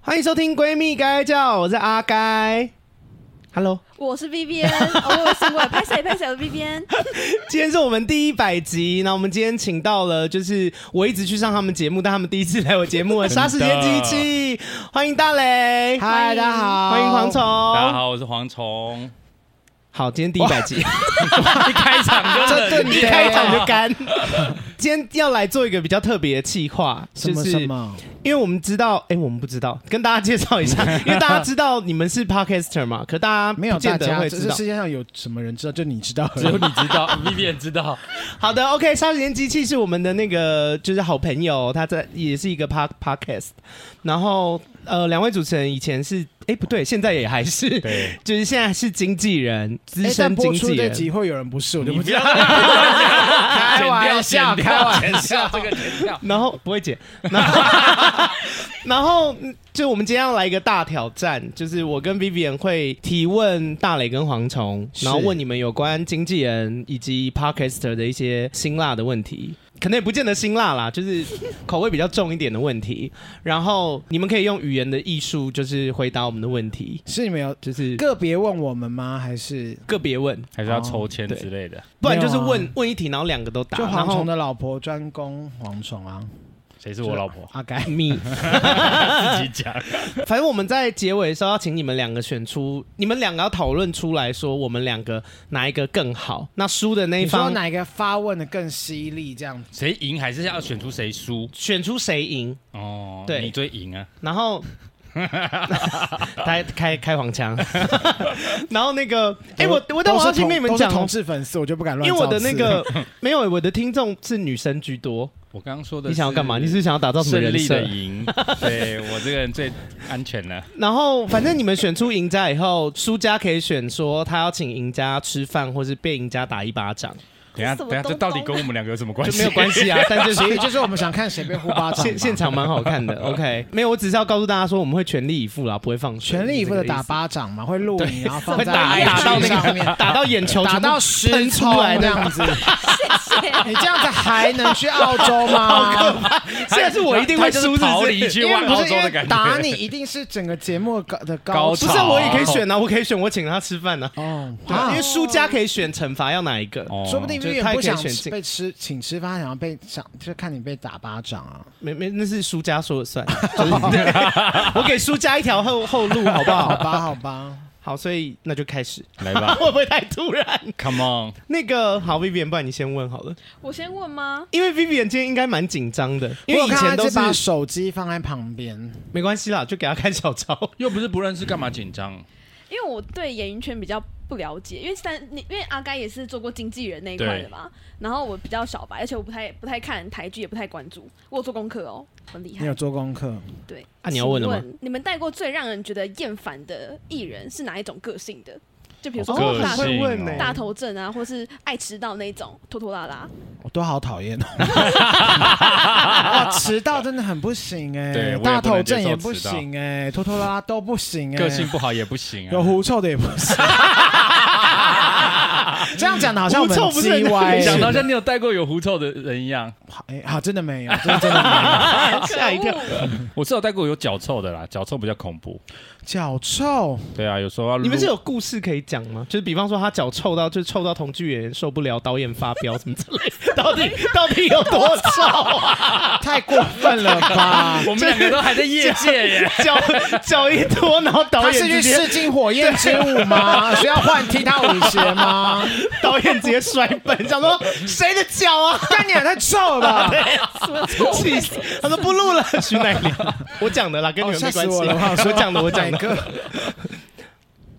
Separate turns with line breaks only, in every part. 欢迎收听《闺蜜该叫》，我是阿该。Hello，
我是 B B N，哦，我有新闻，拍谁拍谁，我是 B B N。
今天是我们第一百集，那我们今天请到了，就是我一直去上他们节目，但他们第一次来我节目的《杀时间机器》，欢迎大雷，
嗨大家好
欢迎蝗虫，
大家好，我是蝗虫。
好，今天第一百集，
一开场就
这
冷
顿你开场就干。 今天要来做一个比较特别的企划，
什
就
么
是
什么？
因为我们知道，哎、我们不知道，跟大家介绍一 下，因为大家知道你们是 podcaster 嘛，可大家
没有
不见
大
得
家，
会
这
知
这
道
世。界上有什么人知道？就你知道哎而已，
只有 你知道，Vivian 知道。
好的，OK，杀时间机器是我们的那个就是好朋友，他在也是一个 pod podcast，然后呃，两位主持人以前是，哎、不对，现在也还是，
对，
就是现在是经纪人，资
哎但
深经
播出
纪
这
人。
集会有人不是，我就
你
不
不
知
要
道。
开
玩笑开玩
笑，这个剪掉。
然后不会剪， 然后然后嗯就我们今天要来一个大挑战，就是我跟 Vivian 会提问大磊跟蝗虫，然后问你们有关经纪人以及 Podcaster 的一些辛辣的问题。可能也不见得辛辣啦，就是口味比较重一点的问题。然后你们可以用语言的艺术，就是回答我们的问题，
是你们有
就是
个别问我们吗？还是
个别问，
还是要抽签之类的，
不然就是问、
没有啊
问一题，然后两个都答。
就
然
蝗
后
虫的老婆专攻蝗虫啊？
谁是我 老婆？
阿该，
你
自己讲。
反正我们在结尾的时候要请你们两个选出，你们两个要讨论出来说我们两个哪一个更好。那输的那一
你说
方
哪个发问的更犀利？这样子
谁赢还是要选出谁输？
选出谁赢，
哦，
对
你最赢啊！
然后开开开黄腔，然后那个哎、我我但
都
我
是
要先
同
跟你们
都是
讲
同
哦，
志粉丝，我就不敢
因
乱。
为我的那，个没有我的听众是女生居多，
我刚刚说的，
你想要干嘛？你是想要打造什么
胜
人
利的
设？
赢？对我这个人最安全了。
然后反正你们选出赢家以后，输家可以选说他要请赢家吃饭，或是被赢家打一巴掌，
等一下
什么
等一下，这
东
到底
东
跟我们两个有什么关
就
系？
没 有关系啊，但就是
其实就是我们想 看谁被呼
啊
巴掌嘛。
现 现场蛮好看 的，OK。没有，我只是要告诉大家说，我们会全力以赴啦，不会放手
全力以赴的打，巴掌嘛，会录影，然后放
会
在
打
IG
打到那
上
个
面，
打到眼球，
打到
全部
失
喷
聪
出来
这
那样。
样子。
谢谢。
你这样子还能去澳洲 吗？
现在是我一定会输，
他就是逃
是不是
离去
因为
万
不
澳
是
洲
因
的
为
感觉。
打你一定是整个节目高的
高
高
潮
不是我也可以选啊，我可以选，我请他吃饭啊。
哦，
对啊，因
啊
为输家可以选惩罚要哪一个，
哦，
说不定
就是
远
他也
不
可以
想
选进
被吃，请吃饭，想要被想就是看你被打巴掌啊。
没没，那是输家说了 算。就是对我给输家一条后后路，好不
好
好？
吧，好吧，
好，所以那就开始。
来吧
会不会太突然？
，Come on。
那个好，Vivian，不然你先问好了，
我先问吗？
因为 Vivian 今天应该蛮紧张的，因为
我
以
有看
前
到
都
一
是
直把手机放在旁边，
没关系啦，就给他看小 抄。
又不是不认识，干嘛紧张？
因为我对演艺圈比较不了解，因为三你因为阿该也是做过经纪人那一块的嘛，然后我比较小白，而且我不太不太看台剧，也不太关注。我有做功课哦，很厉
你
害
有。做功课？
对，
啊你要问了吗
请？你们带过最让人觉得厌烦的艺人是哪一种个性的？就比如说
哦个
大
性
会问呢、
大头症啊，或是爱迟到那一种拖拖拉拉。
我都好讨厌哦！哇，迟到真的很不行
对我
哎
也，不
大头
能接
症也
受
不
迟到
行哎，拖拖拉拉都不行
欸
哎，
个性不好也不行
有
啊。
狐臭的也不行。这样讲的好像我们
狐臭不是很
叽歪，
想到像你有带过有狐臭的人一样，
好哎，好，真的没有，真的真的没 有。
吓一跳
哦
可恶
我是有带过有脚臭的啦，脚臭比较恐怖。
脚臭，
对啊，有时候要
你们是有故事可以讲吗？就是比方说他脚臭到，就是臭到同剧演员受不了，导演发飙什么之类 的，到底到底有多臭啊？
太过分了 吧
？我们两个都还在业界耶，
脚脚一拖，然后导
他是
演直
去
接
试镜《火焰之舞》吗？需要换踢踏舞鞋 吗？
导演直接摔本，想说谁的脚 啊？
但你也太臭了 吧！
什么臭味
气死！他说不录了，徐乃麟，我讲的啦，跟你
哦
们
吓
没
死
关系。
我了我想说
讲的，我讲
哪
的。
个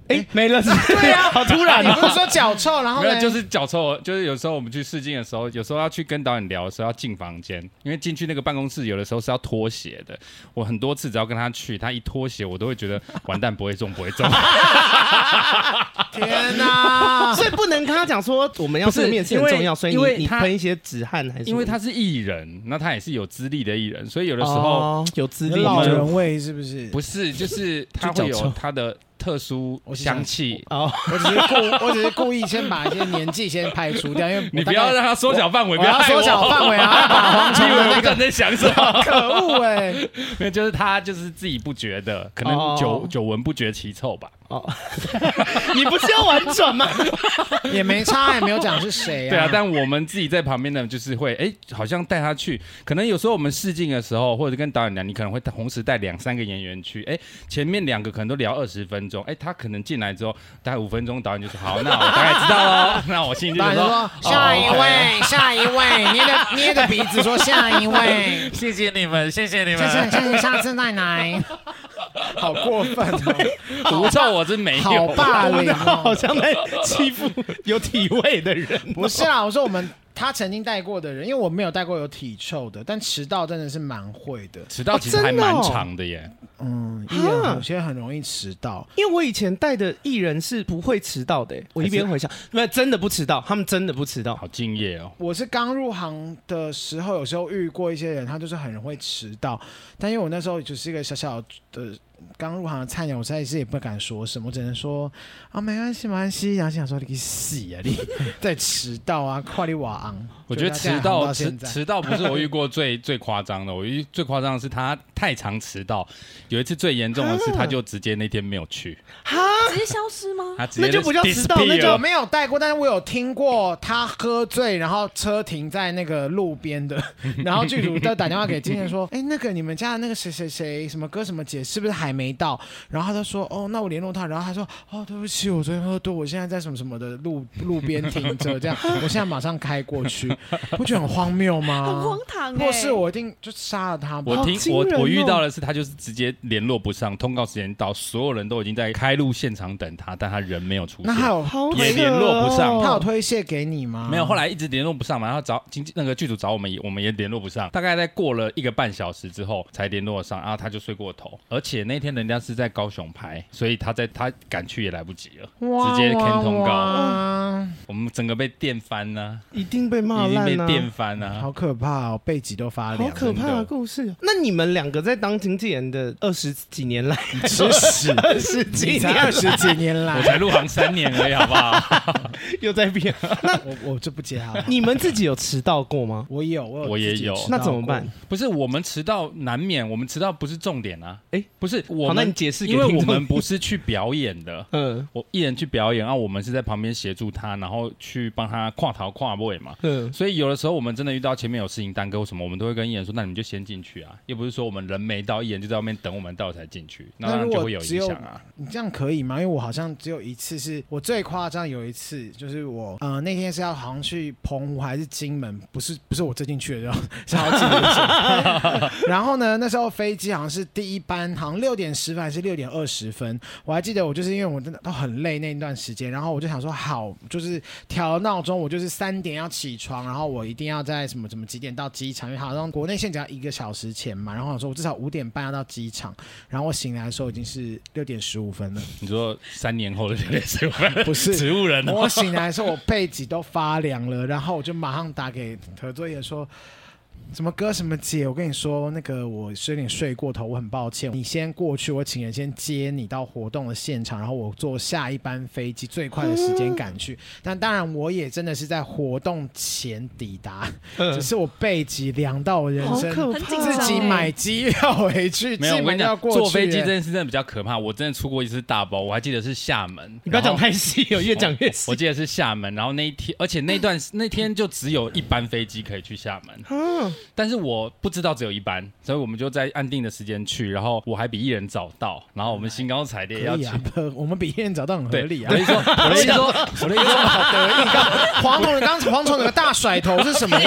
哎，没了，对
对啊
好突然
你不
啊！
是说脚臭，然后
没有
呢？
就是脚臭，就是有时候我们去试镜的时候，有时候要去跟导演聊的时候要进房间，因为进去那个办公室有的时候是要脱鞋的。我很多次只要跟他去，他一脱鞋，我都会觉得完蛋，不会中，不会 中。
天哪！
所以不能跟他讲说我们要
不是
这个面试很
因为
重要，所以
因为
你你
他
喷一些止汗还是什么？
因为他是艺人，那他也是有资历的艺人，所以有的时候。
哦有资
你
历
老
就
人味是不是？
不是，就是他
就脚
会有
臭
他的特殊
我是想
香气。
哦，
我只是 故，我只是故意先把一些年纪先排除掉，因为我
你
大
不要
概
让它缩小范围，
我
不要
要
害
缩小范围 啊，把黄
你以
虫
为
的
我
那
不知道
个
你在想什么？
可恶哎、
没有，就是他就是自己不觉得，可
哦
能久久闻不觉其臭吧。
你不是要玩转 吗？
也没差，也没有讲是谁啊。
对啊，但我们自己在旁边呢，就是会哎，好像带他去。可能有时候我们试镜的时候，或者跟导演聊，你可能会同时带两三个演员去。哎，前面两个可能都聊二十分钟，哎，他可能进来之后大概五分钟，导演就说好，那我大概知道了。 那我心里就
导
想
演
说，
说下一位，下一位，捏着捏着鼻子说下 一位，
谢谢你们，谢谢你
啊
谢谢
们。
谢谢，下次再来。好过分哦，
狐臭我是没
好
有。
霸凌
好
哦！
像在欺负有体味的人。
不是啦，我说我们他曾经带过的人，因为我没有带过有体臭的，但迟到真的是蛮会的。
迟
哦
到其实还蛮长的耶，
嗯，艺
啊
人有些很容易迟到，
因为我以前带的艺人是不会迟到的、欸我一边回想，没有真的不迟到，他们真的不迟到。
好敬业哦。
我是刚入行的时候，有时候遇过一些人，他就是很会迟到。但因为我那时候就是一个小小的刚入行的菜鸟，我实在是也不敢说什么，我只能说啊，没关系，没关系。然后心想说你去死啊，你 在迟到啊，快你瓦昂。
我觉得
就这
迟
样
到
到
迟
现在
迟到不是我遇 过最最夸张的，我遇最夸张的是他太常迟到。有一次最严重的是，他
啊
就直接那天没有去，
直接消失吗？
他直接
那就不叫迟到
disappear
那
我
叫
没有带过，但是我有听过他喝醉，然后车停在那个路边 的，然后剧组都打电话给经纪人说：“哎、那个你们家的那个谁谁谁什么哥什么姐是不是还没到？”然后他就说：“哦，那我联络他。”然后他说：“哦，对不起，我昨天喝多，我现在在什么什么的路 路边停着，这样，我现在马上开过 去。”不觉得很荒谬吗？
很荒唐
如
哎、
果是我，一定就杀了他吧。
我听
好惊
我
人哦
我遇到的是他就是直接联络不上，通告时间到，所有人都已经在开路现场等他，但他人没有出
那还
现。
有
好
也联络不上
扯哦
他有推卸给你吗？
没有，后来一直联络不上嘛，然后找经纪那个剧组找我们也，我们也联络不上。大概在过了一个半小时之后才联络上，然啊后他就睡过头，而且那天人家是在高雄拍，所以他在他赶去也来不及了，
哇，
直接
哇
can 通告，啊
哇
我们整个被电翻呢、
一定被骂
已经
烂
被
啊！
电翻呢、
好可怕哦，背脊都发
好
凉。
可怕的故事。哦那你们两个在当经纪人的二十几年来，
吃 屎！
二十几
你才
年
二十几年
我
来，
才入行三年而已，好 不好？
又在变，
我我就不接 他了。
你们自己有迟到过吗？
我有，我有
我也
自己
有
知道
那怎么办？
不是，我们迟到难免，我们迟到不是重点啊。
诶
不是，我
好，那
们
你解释给
因为
听
我
众
们不是去表演的，
嗯
我艺人去表演，然、啊后我们是在旁边协助他，然后去帮他跨逃跨位嘛。
嗯，
所以有的时候我们真的遇到前面有事情耽搁或什么，我们都会跟艺人说：“那你们就先进去啊，又不是说我们人没到，艺人就在外面等我们到才进去，
那
那当然
如
就
果
会有
只
影
有
响啊。
你这样可以吗？因为我好像只有一次是，我最夸张有一次就是我，呃，那天是要好像去澎湖还是金门，不是不是我最近去的，然后 是好几年前。 然后呢，那时候飞机好像是第一班，好像六点十分还是六点二十分，我还记得我就是因为我真的都很累那一段时间，然后我就想说好，就是调闹钟，我就是三点要起床，然后我一定要在什么什么几点到机场，因为好像国内线只要一个小时前嘛，然后我想说我至少五点半要到机场。然后我醒来的时候已经是六点十 五分了，
你说三年后的这件事，
不是
植 物人、哦，
我醒来的时候我背脊都发凉了，然后我就马上打给合作也说。什么哥什么姐，我跟你说，那个我是有点睡过头，我很抱歉。你先过去，我请人先接你到活动的现场，然后我坐下一班飞机最快的时间赶去。但当然，我也真的是在活动前抵达，
嗯
只是我背脊凉到我人
好
生，
可
很
怕
紧张欸
哦，
自己买机票回去，
没有，
自己
我
买
跟你
机票
讲，
过
坐
去
飞机
欸
这件事真的比较可怕。我真的出过一次大包，我还记得是厦门。
你不要讲
然后
太细哦， 越讲越细
我。记得是厦门，然后那一天，而且那段那天就只有一班飞机可以去厦门，
嗯，
但是我不知道只有一班，所以我们就在按定的时间去，然后我还比艺人早到，然后我们兴高采烈要
可以
去。
啊，不 我们比别人早到很合
对，
理啊啊
我。的意思 说，我的意思说，我的意思说，好得意，
黄虫，刚黄虫有个大甩头是什么意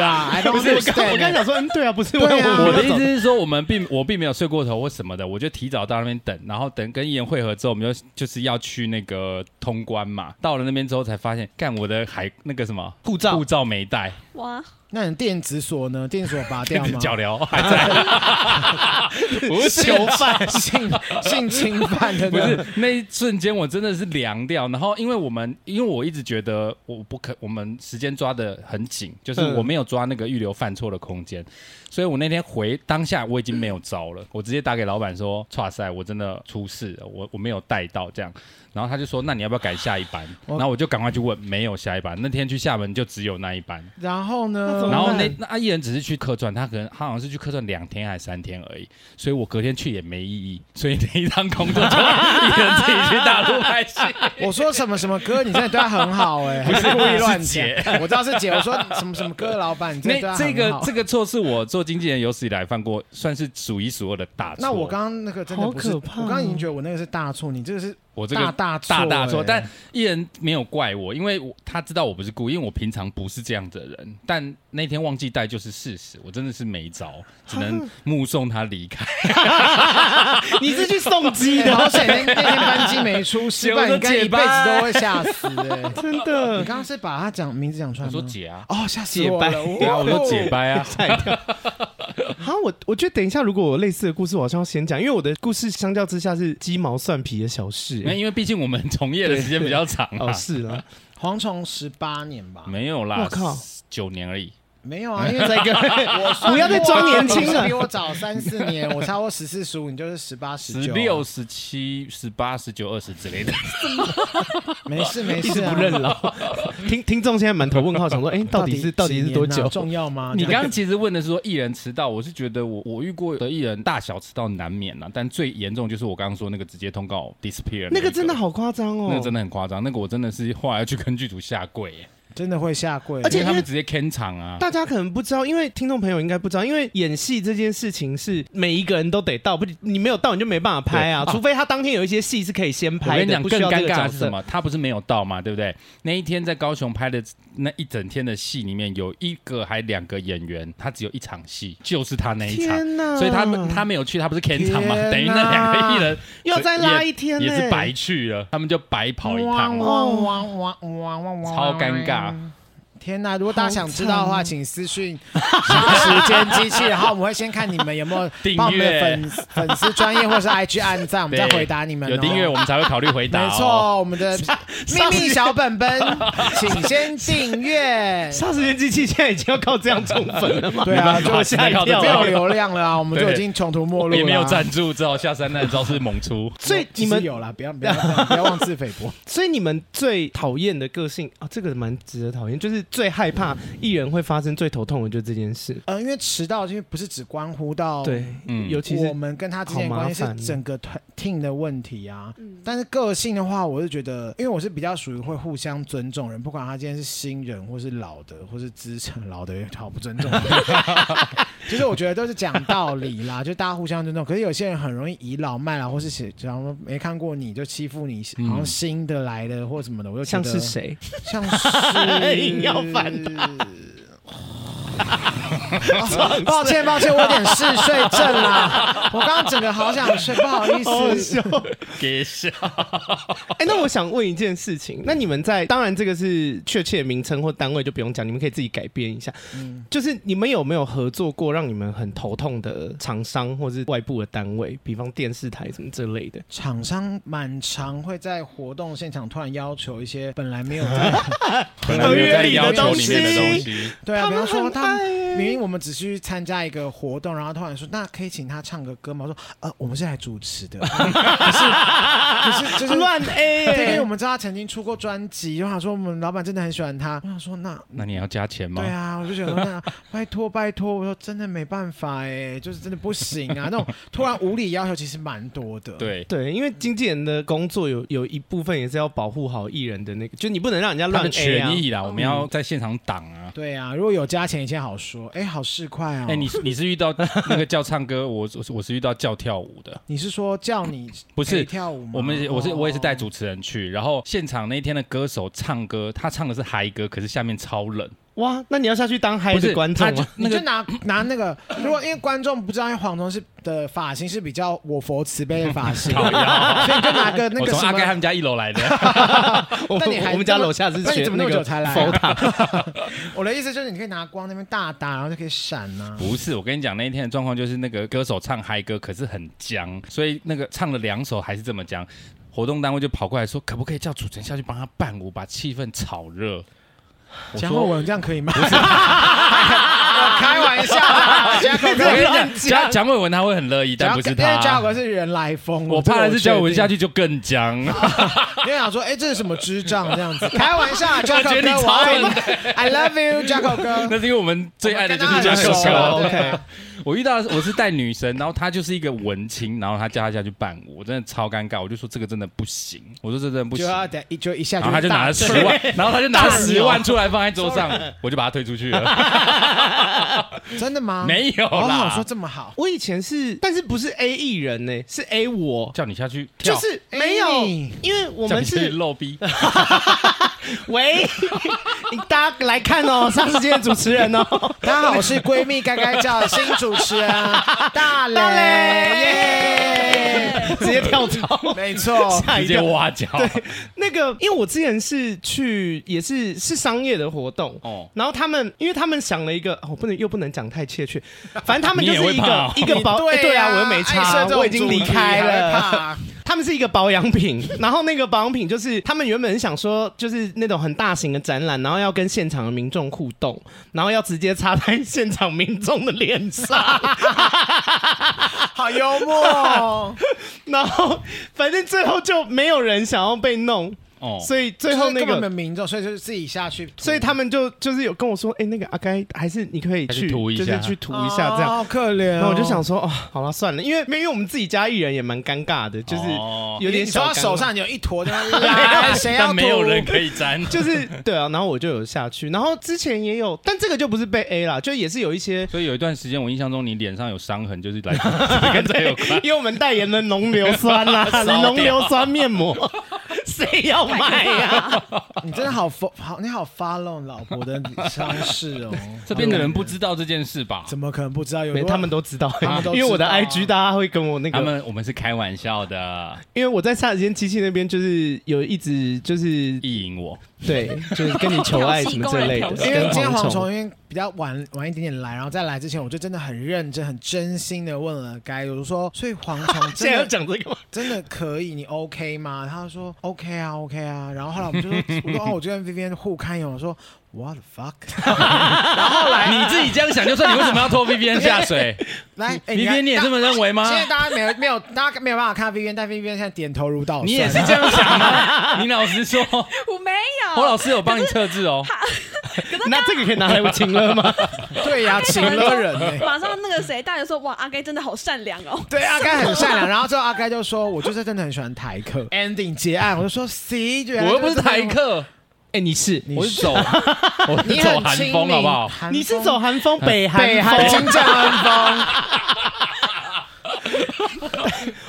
啊？I don't
不是，我刚我刚
understand。
想说，嗯，对啊，不是，
对啊
我
我的意思是说，我们并我并没有睡过头或什么的，我就提早到那边等，然后等跟艺人会合之后，我们就就是要去那个
嗯
通关嘛。到了那边之后才发现，干我的海那个什么
护照
护照没带，
哇，
那你电子锁呢？电子锁拔掉
电子
吗？
脚镣还在，不 是
囚犯性性侵犯的
不
那
是那一瞬间，我真的是凉掉。然后，因为我们，因为我一直觉得我不可，我们时间抓的很紧，就是
嗯
我没有抓那个预留犯错的空间，所以我那天回当下我已经没有招了，我直接打给老板说：“哇塞，我真的出事了，我我没有带到这样。”然后他就说：“那你要不要改下一班？”
我
然后我就赶快去问，没有下一班。那天去厦门就只有那一班。
然后
那怎
呢？
么
然后那
办
那阿艺人只是去客串，他可能他好像是去客串两天还是三天而已，所以我隔天去也没意义，所以那一趟工作就艺人自己去大陆拍戏。
我说什么什么歌，你真的对他很好哎、
不是
还故意乱
是
讲
姐。
我知道是姐，我说什么什么歌，老板，你真的
那
对他
这
很
个
好。
这个错是我做经纪人有史以来犯过，算是数一数二的大错。
那我刚刚那个真的不是，
好
我
可怕哦
刚刚已经觉得我那个是大错，你这个是
我这
大
个
大错、
大大错，
哎
但艺人没有怪我，因为我他知道我不是故意，因为我平常不是这样的人，但那天忘记带就是事实，我真的是没招，只
啊
能目送他离 开。
你是去送
你
机
的
的，
哎
啊
好险，那那天班机没出事，
姐
不然
我的
你刚一
姐
辈子
班
都会吓死哎、
真
你
的
刚刚是把他讲名字讲出来
我
吗？
说姐啊，
哦，吓死
解
我
掰
了！
对啊，我说
哦
姐掰啊，
吓一跳。好，我我觉得等一下，如果我有类似的故事，我好像要先讲，因为我的故事相较之下是鸡毛蒜皮的小事、
没，因为毕竟 我们从业的时间比较长
哦，
啊，
是啦，
蝗虫十八年吧？
没有
我
啦，
靠，
九年而已。
没有啊，因为这个 我算
不要再装年轻了
你比我早三四年，我差不多十四十五，你就是十八十
十
九，
六、十七、十八、十九、二十之类的，
啊
没事 没
一
事
直
啊，
不认 老。听听众现在满头问号，想说，哎、到底是到底
几
是多
年啊
久？
重要吗？
你
这
刚
样
刚其实问的是说艺人迟到，我是觉得我我遇过的艺人大小迟到难免啦，但最严重就是我刚刚说那个直接通告 disappear，
那个真的，好夸张哦，
那个真
的。
的很夸张，那个我真的是后来要去跟剧组下跪耶，
真的会下跪，啊
而且
因为他
因为
们直接 can 场啊，
大家可能不知道，因为听众朋友应该不知道，因为演戏这件事情是每一个人都得到，不你没有到你就没办法拍啊，
对啊
除非他当天有一些戏是可以先
我
拍
跟你
的，
讲，
不
更
需要这
尴
个
尬
角
的是什
色。
么？他不是没有到嘛，对不对？那一天在高雄拍的那一整天的戏里面，有一个还两个演员，他只有一场戏，就是他那一场，
天哪！
所以他们他没有去，他不是 can 场嘛？
天哪
等于那两个艺人
要再拉一天呢、哦
也是白 去了，他们就白跑一趟了。
哇哇哇哇哇哇
超尴尬。
天呐！如果大家想知道的
好惨
话，
哦
请私讯时间机器，然后我们会先看你们有没有
订阅
帮我们的粉粉丝专业或是 IG 按赞，我们再
对
回答你们、哦。
有订阅，我们才会考虑回答、
没
哦。
错，我们的秘密小本本，请先订阅。
杀时间机器现在已经要靠这样宠粉了吗？
对啊，
没办法
就
吓一跳。
现在靠
没
这
有
个
流量了啊，我们就已经穷途末路了啊。
也没有赞助，只好下山那招是猛出
所以
其
你
实
们，
有啦，不要不要不要妄自菲薄。
所以你们最讨厌的个性啊，这个蛮值得讨厌，就是最害怕艺人会发生最头痛的就是这件事。
呃，因为迟到，因为不是只关乎到
对，
嗯
尤其是
我们跟他之间的关系
好麻烦
是整个团 team 的问题啊。
嗯
但是个性的话，我是觉得，因为我是比较属于会互相尊重人，不管他今天是新人或是老的，或是资深老的，好不尊重。 就是我觉得都是讲道理啦， 就大家互相尊重。可是有些人很容易倚老卖老，或是写，比方说没看过你就欺负你，
嗯
好像新的来的或什么的，我就觉
像
得
是谁？
像
哎
是
硬要反嗯
哦抱歉抱歉，我有点嗜睡症啦，我刚刚整个好想睡，不好意
哦
思。
给笑，
哎、那我想问一件事情，那你们在当然这个是确切的名称或单位就不用讲，你们可以自己改编一下。
嗯
就是你们有没有合作过让你们很头痛的厂商或是外部的单位，比方电视台什么之类的？
厂商蛮常会在活动现场突然要求一些本来 没有在，
本来没有在要求里面的
合约
东
里
西。
对啊，比方说他们
耶
明明我们只是去参加一个活动，然后突然说那可以请他唱个歌吗？我说呃，我们是来主 持的，可是可是就是
乱 A，
对，
哎
因为
耶
我们知道他曾经出过专辑，我想说我们老板真的很喜欢他，我想说那
那你也要加钱吗
对？啊，我就想说那拜托拜托，我说真的没办法哎、就是真的不行啊，那种突然无理要求其实蛮多的。，
对，
对，因为经纪人的工作有有一部分也是要保护好艺人的那个，就你不能让人家
他
乱
的
A 啊
权。益
嗯
啦，我们要在现场挡啊。
对啊，如果有加钱以前好说，哎、好市侩哦。
哎，你你是遇到那个叫唱歌，我我是我是遇到叫跳舞的，
你是说叫你
不是
陪跳舞吗？
我们我是我也是带
哦
主持人去，然后现场那天的歌手唱歌，他唱的是嗨歌，可是下面超冷，
哇，那你要下去当嗨
不
的
是
观众
他就
吗？
你
那
就
个
拿拿那个，如果因为观众不知道，因为黄忠是的发型是比较我佛慈悲的 发型，所
烤鸭，
以你就拿个那
我
个
从
什
阿盖他
么，
们家一楼来的，
我
但你还
我们家楼下是
那你
学
怎么那
那
么久
个
才来啊
佛塔，
我的意思就是你可以拿光那边大打，然后就可以闪啊呐。
不是，我跟你讲，那一天的状况就是那个歌手唱嗨歌，可是很僵，所以那个唱了两首还是这么僵。活动单位就跑过来说，可不可以叫主持人下去帮他伴舞，把气氛炒热？我
加
说
厚文这样可以吗？我 开玩笑啦，加厚
我跟你
文，
讲，蒋蒋伟文他会很乐意，但不是
啊因为加
他。
厚文是人来疯，
我怕的是
加
蒋伟文下，去就更 僵。
因为想说，哎，这是什么智障 这样子？开玩笑，加厚
我觉得
哥，
你
我
超
爱你，I love you，加厚哥。
那是因为我们最爱的就是
我们跟他
蒋
很
小
熟
哥。
OK，
我遇到的是我是带女生，然后她就是一个文青，然后她叫她下去伴舞，我真的超尴尬。我就说这个真的不行，我说这真的不
就
行。
要等一就一下
然
就
后他就拿了
大
十万， 然后他就拿十万出来放在桌上，我就把他推出去了。
真的吗？
没有
哦，我说
啦，
这么好，
我以前是，但是不是 A 艺人呢、是 A 我，哎
叫你下去跳，
就是没有
A，
因为我
叫
们
你下去
是
露逼。
喂，你大家来看哦，上世界的主持人哦，
大家好，我是闺蜜该该叫新主 持人大
大
雷，耶，
嘞，直接跳 槽，
没错，
吓
直
一
接
跳。
挖角，
那个，因为我之前是去也是是商业的活动
哦
然后他们因为他们想了一个，哦，不能又不能讲太确切，反正他们就
你也
是
会
一个、
怕哦
一个保，哎对啊，我又没差，我已经离开了。
了。
他们是一个保养品， 然后那个保养品就是他们原本想说，就是那种很大型的展览，然后要跟现场的民众互动，然后要直接插在现场民众的脸 上，
好幽默哦，
然后反正最后就没有人想要被弄，
哦，
所以 最后那
就是根本
个。
没民众，所以就是自己下去涂，
所以他们就就是有跟我说，哎、那个阿该还是你可以
还是
去，
涂一
就
下
是去涂一下这样。
哦好可怜哦。
然后我就想说，哦，好了，算了，因为因为我们自己家艺人也蛮尴尬的，就是
哦
有点
你
小
说
尴
他
尬
手上有一坨在 那拉，谁
哎
要
但
涂
没有人可以沾。，
就是对啊，然后我就有下去，然后之前也有，但这个就不是被 A 啦，就也是有一些
所以有一段时间，我印象中你脸上有伤痕，就是来自跟这有关。
因为我们代言了浓硫酸 啦、
烧掉
浓硫酸面膜， 谁要买呀、
你真的好 fo- 好，你好 follow 老婆的伤势 哦，
这边的人不知道这件事吧？
怎么可能不知道？有
没，他 们都知道、
他们都知道啊
因为我的 IG 大家会跟我那
他
个，
们我们是开玩笑的，
因为我在下时间机器那边就是有一直就是
意淫我。
对，就是跟你求爱什么这类的，
调戏
因为
跟
今天
蝗
蝗虫因为比较晚晚一点点来，然后再来之前，我就真的很认真、很真心的问了该，我就说，所以 蝗虫
现在要讲
真的
这个吗？
真的可以，你 OK 吗？他就说 OK 啊，OK 啊。然后后来我们就说，我说哦，我就跟 Vivian 互看一眼，我说 What the fuck？
你自己这样想就算，你为什么要拖 V B N 下水
来，哎
？V B N 你也这么认为吗
大？现在大家没有没有大家没有办法看 Vivian，但 Vivian 现在点头如捣蒜。啊
你也是这样想吗？你老实说，
我没有，
侯老师有帮你测字哦。
那这个可以拿来我请了吗？
对呀、
阿该
请
讲完之后
了人呢、欸
马上那个谁，大家说哇，阿该真的好善良哦。
对，阿该很善良，然后之后阿该就说：“我就是真的很喜欢台客。” ending 结案，我就说：“C，
我又不是台，客，
哎、你是
你
我是 走，我
你
是走
很
韩
亲
风
民
好不好？
韩
你是
风
走韩风 北韩
北韩
风
金正恩风，，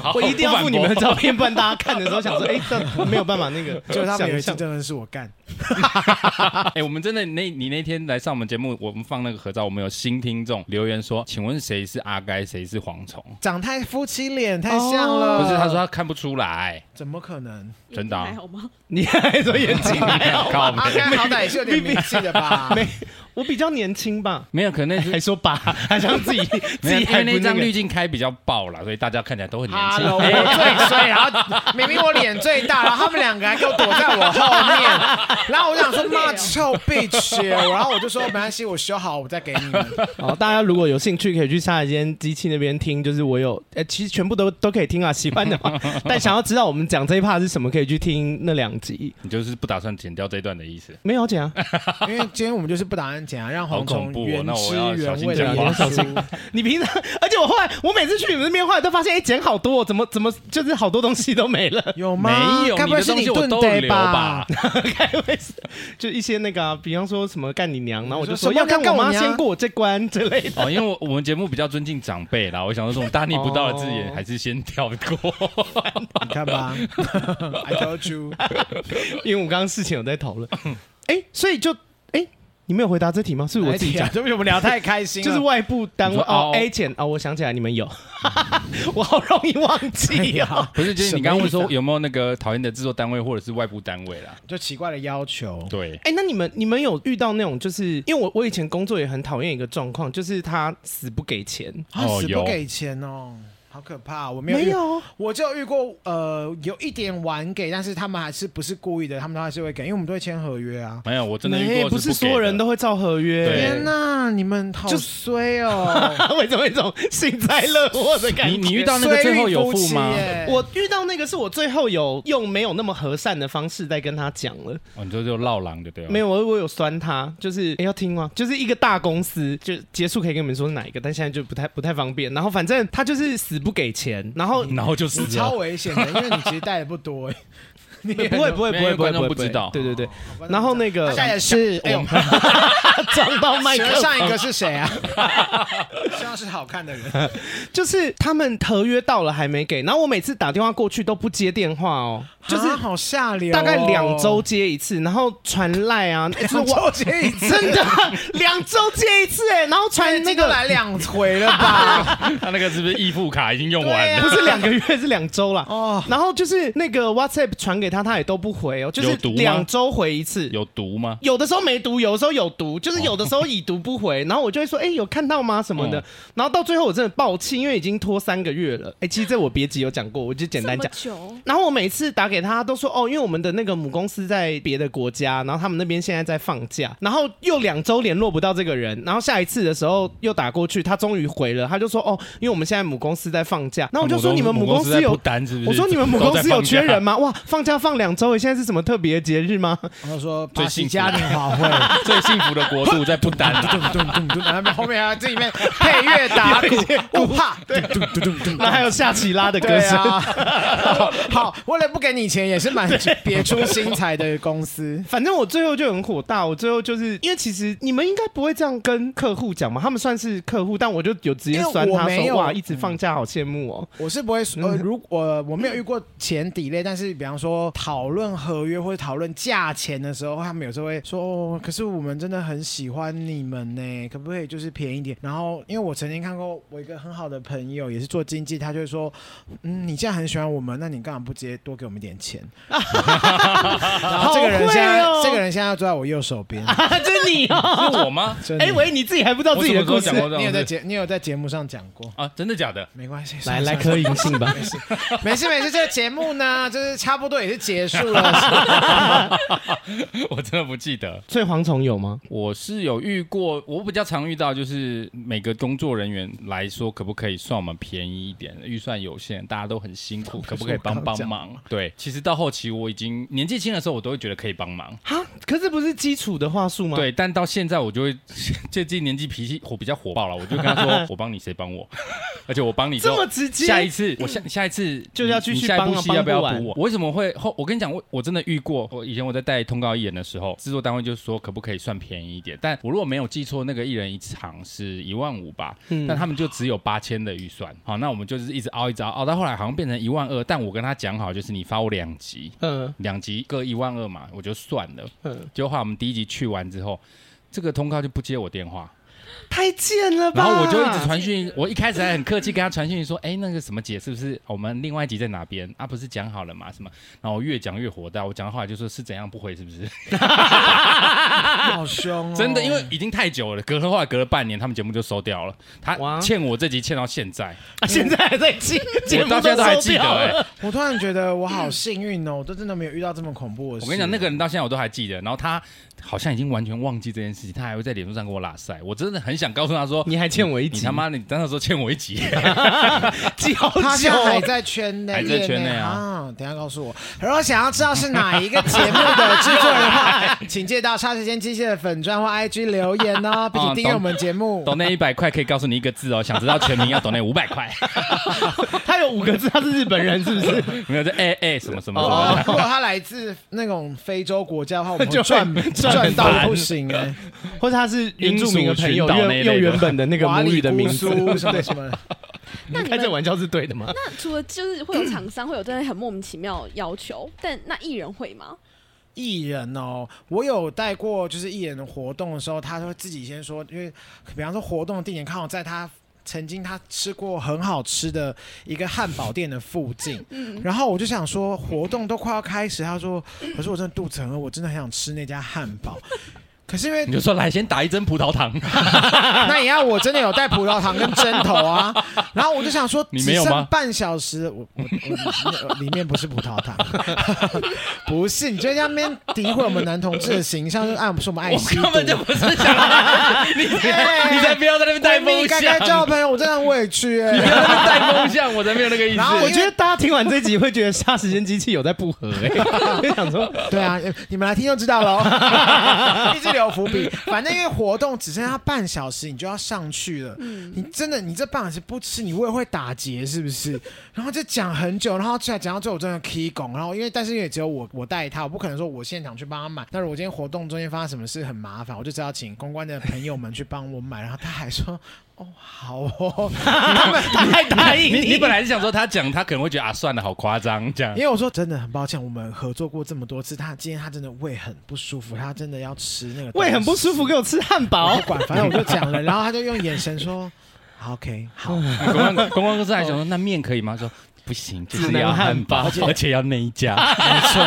好
我一定要附你们的。
不反
照片，不然大家看的时候想说，哎、 这没有办法那个
就他们以为
想象
金正恩是我干。
驳 哎，我们真的那，你那天来上我们节目，我们放那个合照，我们有新听众留言说，请问谁是阿该，谁是蝗虫？
长太夫妻脸太像了，
不是，他说他看不出 来，
怎么可能？
真的啊
还好吗？
你还说眼睛 还好
靠
吧？
阿
没
该好歹也是有点名气的吧？
没，我比较年轻吧，
没有，可能那
还
是。
说吧， 还像自己自
没
己
有，因为
还
那
不
张
个
滤。镜开比较爆啦，所以大家看起来都很年轻。
Hello，我最衰，然后明明我脸最大，然后他们两个还给我躲在我后面，然后我就想说妈臭 bitch，然后我就说没关系，我修好我再给你们。
好，大家如果有兴趣，可以去下一间机器那边听，就是我有，呃，其实全部都都可以听啊，喜欢的 话。但想要知道我们讲这一 part 是什么，可以去听那两集。
你就是不打算剪掉这一段的意思？
没有讲啊，
因为今天我们就是不打算讲，让蝗
好恐
虫
怖哦
原
那我
汁
要小
原
心
味的
讲话
演出。
你平常，而且我后来，我每次去你们那边，后来都发现，哎、剪好多哦，怎么怎么，就是好多东西都没了。
有吗？
没有，
该
你
不会
的
啊是
东西我
炖
都
得
留吧？？
开会是就一些那个、啊，比方说什么干你娘，然后我就说
说什么
要看
干
我
我
妈
娘
先过我这关之类的。
哦，因为我我们节目比较尊敬长辈啦，我想说这种大逆不道的字眼
哦
还是先跳过。
你 看吧，I told you。
因为我刚刚事情有在讨论，哎、所以就哎、你没有回答这题吗？是不是我自己讲
哎，对不起，我们聊太开心 了，
就是外部单位
你说
哦
凹
，A 检哦，我想起来，你们有， 我好容易忘记 啊。
不是，就是
什么
你刚刚
意
问
思啊
说有没有那个讨厌的制作单位或者是外部单位啦？
就奇怪的要求。
对，
哎、那你们你们有遇到那种就是因为我我以前工作也很讨厌一个状况，就是他死不给钱，
啊
哦
死不
有
给钱哦，好可怕！我没有遇，
有
我就遇过呃，有一点晚给，但是他们还是不是故意的，他们都还是会给，因为我们都会签合约啊。
没有，哎我真的遇
没
过
不
是
所有人
都
都会照合
对
约，
天哪，你们好
就
衰 哦！
为什么有一种幸灾乐祸的感觉？
你你遇到那个最后有付吗
衰运夫妻？耶
我遇到那个是我最后有用没有那么和善的方式在跟他讲了，
哦，你就就绕狼就对了。
没
有，
有我我有酸他，就是、哎诶要听吗？就是一个大公司，就结束可以跟你们说是哪一个，但现在就不太不太方便。然后反正他就是死不给钱，然后
然后就死
你超
了。
危险的，因为你其实带的不 多耶。你
不会不会
没
不会不
有哦因为
会
观众
会
不知道
对对对，然后那个
大家也是，哎呦，
撞到麦克
请问
风
上哎一个是谁啊？希望是好看的人。
就是他们合约到了还没给，然后我每次打电话过去都不接电话哦，就是
啊好下流哦，
大概两周接一次，然后传赖 啊，欸就是
两
我
周接一次，
真的啊两周接一次哎，然后传那
那个
个
来两回了 吧？
他那个是不是预付卡已经用完
不
了？
是两个月是两周啦。
哦，
然后就是那个 WhatsApp 传给他，他也都不回哦，就是
有毒吗
两周回一次。
有毒吗？
有的时候没读，有的时候有读，就是有的时候已读不回，然后我就会说，哎、有看到吗？什么的。
哦嗯
然后到最后我真的爆气，因为已经拖三个月了。哎、其实这我别集有讲过，我就简单讲。
这么久
然后我每次打给他都说哦，因为我们的那个母公司在别的国家，然后他们那边现在在放假，然后又两周联络不到这个人，然后下一次的时候又打过去，他终于回了，他就说哦，因为我们现在母公司在放假，那我就说你们母公司
在不
有。
单 是不是？
我说你们母公司有缺人
吗？
吗？哇，放假放两周，现在是什么特别的节日吗？
然后说
最
巴西
幸福
嘉年华会，
最幸福的国度在不丹啊，
咚咚咚咚，然后后面还要这里面配乐打鼓，不怕，对，咚咚咚咚
那还有夏奇拉的歌
对
声，
啊，好好，为了不给你钱，也是蛮别出心裁的公司。
反正我最后就很火大，我最后就是因为其实你们应该不会这样跟客户讲嘛，他们算是客户，但我就有直接酸
因为我
他
没
说
有
哇，一直放假好羡慕哦。
我是不会说，呃，如果呃我没有遇过钱底类，但是比方说讨论合约或者讨论价钱的时候，他们有时候会说，哦，可是我们真的很喜欢你们呢，可不可以就是便宜一点？然后因为我曾经看过我一个很好的朋友，也是做经济，他就会说，嗯，你既然很喜欢我们，那你干嘛不直接多给我们一 点钱？然后这个人现在，
好会哦
这个人现在坐在我右手边，
啊，这你哦。
是我吗？
真 的
哎、 喂，你自己还不知道自己的故
我
事
什么时候讲过这种
你有
事
在节，你有在节目上讲过。
啊？真的假的？
没关系，
来
算
来
了
刻银杏 吧。
没事没事，这个节 目呢，就是差不多也是结束了。
我真的不记得。
所以蝗虫有吗？
我是有遇过，我比较常遇到就是每个工作人员来说，可不可以算我们便宜一点？预算有限，大家都很 辛苦，可不可以帮帮忙？对，其实到后期我已经年纪轻的时候，我都会觉得可以帮忙。
哈，可是不是基础的话术吗？，
对，但到现在我就会 最近年纪脾气火比较火爆了，我就跟 他说我帮你，谁帮我？ 而且我帮你之
这
后
么直接。嗯
下一次，我下下一次
就是要继续
你你下一
帮
部
啊
戏要不要
帮不完
补我？我为什么会后？我跟你讲，我我真的遇过，我以前我在带通告艺人的时候，制作单位就说可不可以算便宜一点？但我如果没有记错，那个艺人一场是一万五吧，
嗯
但他们就只有八千的预算。好，那我们就是一直凹一直凹，凹到后来好像变成一万二，但我跟他讲好，就是你发我两集，
嗯
两集各一万二嘛，我就算了。
嗯，
结果后来我们第一集去完之后。这个通告就不接我电话，
太贱了吧！
然后我就一 直传讯，我一开始还很客气跟他传讯说，哎，那个什么姐是不是我们另外一集在哪边啊？不是讲好了嘛？什么？然后我越讲越火大，我讲到后来就说是怎样不回是不是？
好凶
嗯
哦！
真的，因为已经太久了，隔了后来隔了半年，他们节目就收掉了。
哇
他欠我这集欠到现在，
啊现在还在记，节
我
目
到现在都还
收
记得、
掉了
哎，
我突然觉得我好幸运哦，我都真的没有遇到这么恐怖的事。
我跟你讲，那个人到现在我都还记得。然后他好像已经完全忘记这件事情，他还会在脸书上跟我拉塞。我真的很想告诉他说，
你还欠我一
你
集，
他妈你那时候欠我一集。
记好
他
久
现在还
哦。
在圈内，
还在圈内啊
啊！等一下告诉我，如果想要知道是哪一个节目的制作人 的话，请借到霎时间机械的粉砖或 IG 留言 哦，并且订阅我们节目。
抖那一百块可以告诉你一个字哦，想知道全名要抖那五百块，
他有五个字，他是日本人，是不是？
没有这哎哎什么什么什么
哦
的。，
如果他来自那种非洲国家的话， 我们
就会
赚
赚
赚到
翻
不行哎，
或者他是原住民的朋友，
英属群 岛那
用
一类
用
的
原本的那个
瓦
母
里
语的名
姑
字。
苏什么什么。
你
那 你
开这
们
玩笑是对的吗？
那除了就是会有厂商会有真的很莫名其妙的要求，但那艺人会吗？
艺人哦，我有带过，就是艺人的活动的时候，他会自己先说，因为比方说活动的地点刚好在他曾经他吃过很好吃的一个汉堡店的附近，然后我就想说活动都快要开始，他说，可是我真的肚子很饿，我真的很想吃那家汉堡，可是因为
你就说来先打一针葡萄 糖，
那也要我真的有带葡萄糖跟针头啊。然后我就想说，
你没有吗
只剩半小时，我我我我里面不是葡萄糖，不是，你就在那边诋毁我们男同志的形象，就是啊，不是我们爱
我
惜
根本就
毒
不是想你， 你才不要在那边带
闺
风
蜜该该交
向，
朋友，我真的很委屈哎、
你不要在那边带风向，我才没有那个意
然后
我
思。
觉得大家听完这集会觉得杀时间机器有在不合 哎、就想说
对啊，你们来听就知道 喽，一直留伏笔。反正因为活动只剩下半小时，你就要上去了。你真的，你这半小时不吃，你胃会打结是不是？ 然后就讲很久，然后讲讲到最后我真的 K 拱，然后因为但是因为只有我我带他，我不可能说我现场去帮他买。但是我今天活动中间发生什么事很麻烦，我就只好请公关的朋友们去帮我买。然后他还说。哦，好哦，
他还答应
你你本来是想说他讲，他可能会觉得啊，算了，好夸张这样
因。为我说真的很抱歉，我们合作过这么多次，他今天他真的胃很不舒服，他真的要吃那个东西
胃很不舒服，给我吃汉
我
堡
不。管，反正我就讲了，然后他就用眼神 说好，OK，好，
啊公关公关公司还想说那面可以吗？说不行，就是
只能
要 汉堡
汉，堡
而且要那一 家。
没错，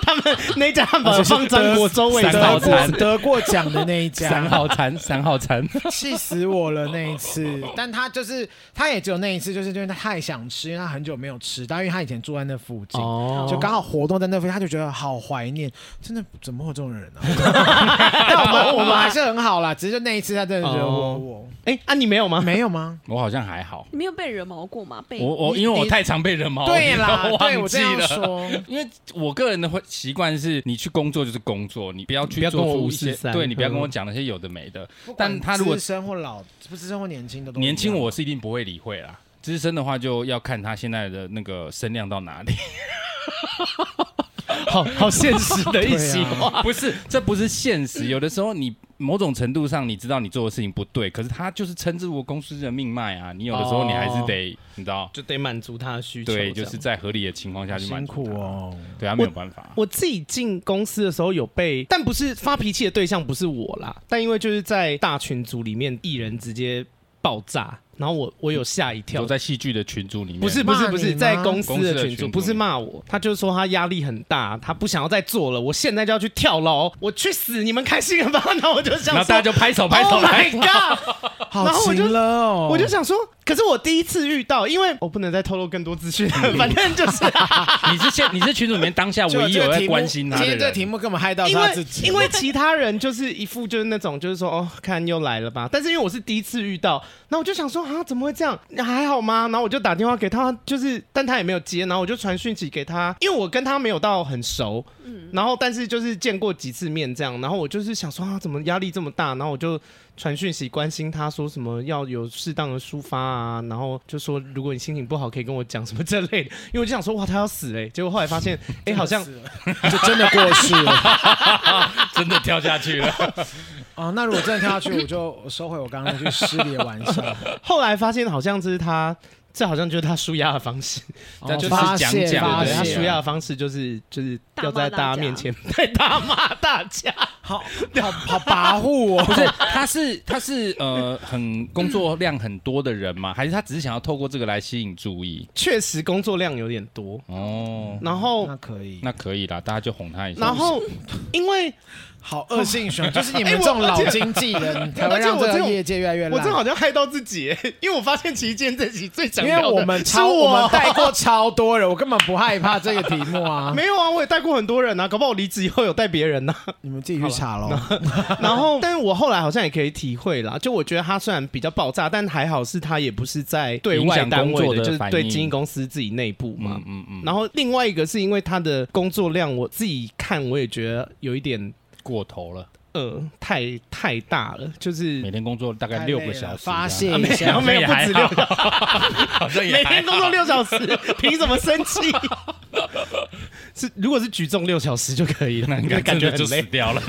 他们那家汉堡有放张国周味
三
道
道
德
餐
国得过奖的那一
三
家，
号餐，三号餐，
气死我了那一次。但他就是，他也只有那一次，就是因为他太想吃，因为他很久没有吃，但因为他以前住在那附近。
哦
就刚好活动在那附近，他就觉得好怀念，真的怎么会有这种 人呢、但我们我们还是很好啦，只是就那一次他真的惹我
哦
我，
哎、啊，你没有
哦
吗？
没有吗？
我好像还 好。
你没有被惹毛过吗？被
我我因为我太常被人毛，
对啦
哦我，
对
忘
我
记
这样
了。
说，
因为我个人的会习惯是，你去工作就是工作，你不要去
不要跟
做
我
出
五
一
四
些，
三
对你不要跟我
嗯
讲那些有的没的。
不管
但他如果
资深或老，不资深或年轻的都一样
年轻我是一定不会理会啦。资深的话就要看他现在的那个声量到哪里。
好好现实的一席话。
不是，这不是现实。有的时候你某种程度上你知道你做的事情不对，可是他就是撑着我公司的命脉啊。你有的时候你还是得，你知道，
就得满足他的需求，
对，就
这
是
样
在合理的情况下去满
辛
足
苦
他。
哦。
对啊，没有办法。
我自己进公司的时候有被，但不是发脾气的对象不是我啦，但因为就是在大群组里面，艺人直接爆炸，然后我我有吓一跳
都，在戏剧的群组里面，
不是不是
骂
不
你
是
吗
在公
公
司
司
的
的
群
群
组，
组
不是骂我，他就说他压力很大，他不想要再做了，我现在就要去跳楼，我去死，你们开心了吧？那我就想
然后
说，
大家就拍手拍手
Oh
拍
my
手。
god！然
好
后我就
勤了哦，
我就想说，可是我第一次遇到，因为我不能再透露更多资讯，
嗯
反正就是
你是现你是群主里面当下
就
唯一
这
有
个
在
题目
关心他的
今天这个
人，
题目根本害到
因
他自
为
己，
因为其他人就是一副就是那种就是说哦，看又来了吧。但是因为我是第一次遇到，然后我就想说啊，怎么会这样？还好吗？然后我就打电话给他，就是但他也没有接，然后我就传讯息给他，因为我跟他没有到很熟，然后但是就是见过几次面这样，然后我就是想说啊，怎么压力这么大？然后我就传讯息关心他说什么要有适当的抒发啊，然后就说如果你心情不好可以跟我讲什么这类的，因为我就想说哇他要死嘞、结果后来发现哎、好像
就真的过世了。
真的跳下去了。
哦，那如果真的跳下去，我就我收回我刚刚那句失礼的玩 笑。
后来发现好像这是他，这好像就是他舒压的方式。
那就是
哦发
讲
泄
讲
发
对，
对
他
是
泄啊
舒压的方式就是就是
大骂
要在
大
大家
家
面前在大骂大家。
好好好跋扈哦，
不是，他是他是呃，很工作量很多的人吗？还是他只是想要透过这个来吸引注意？
确实工作量有点多，
哦，
然后
那可以，
那可以啦，大家就哄他一下。
然后因为
好恶性循环，就是你们这种老经纪人才会让这个业界越来越
我
烂
正。好像害到自己， 因为我发现其实今天这集最想
因
聊
为
的
我们
是
超我们
我。
带过超多人，我根本不害怕这个题目啊！
没有啊，我也带过很多人啊，搞不好我离职以后有带别人呢、啊
你们自己去查喽。
然后，但是我后来好像也可以体会啦，就我觉得他虽然比较爆炸，但还好是他也不是在对外单位
影响工作的
就是
反应
对经纪公司自己内部嘛。
嗯嗯嗯，
然后另外一个是因为他的工作量，我自己看我也觉得有一点
过头了，
呃太太大了，就是
每天工作大概六个小时，
发 泄
没
一下
有，没有不止 六，
个， 好像也
每
还
天工作六小时，凭什么生气？ 是如果是举重六小时就可以了，
那应该
感
真
觉
的就
很
死
累，
掉了。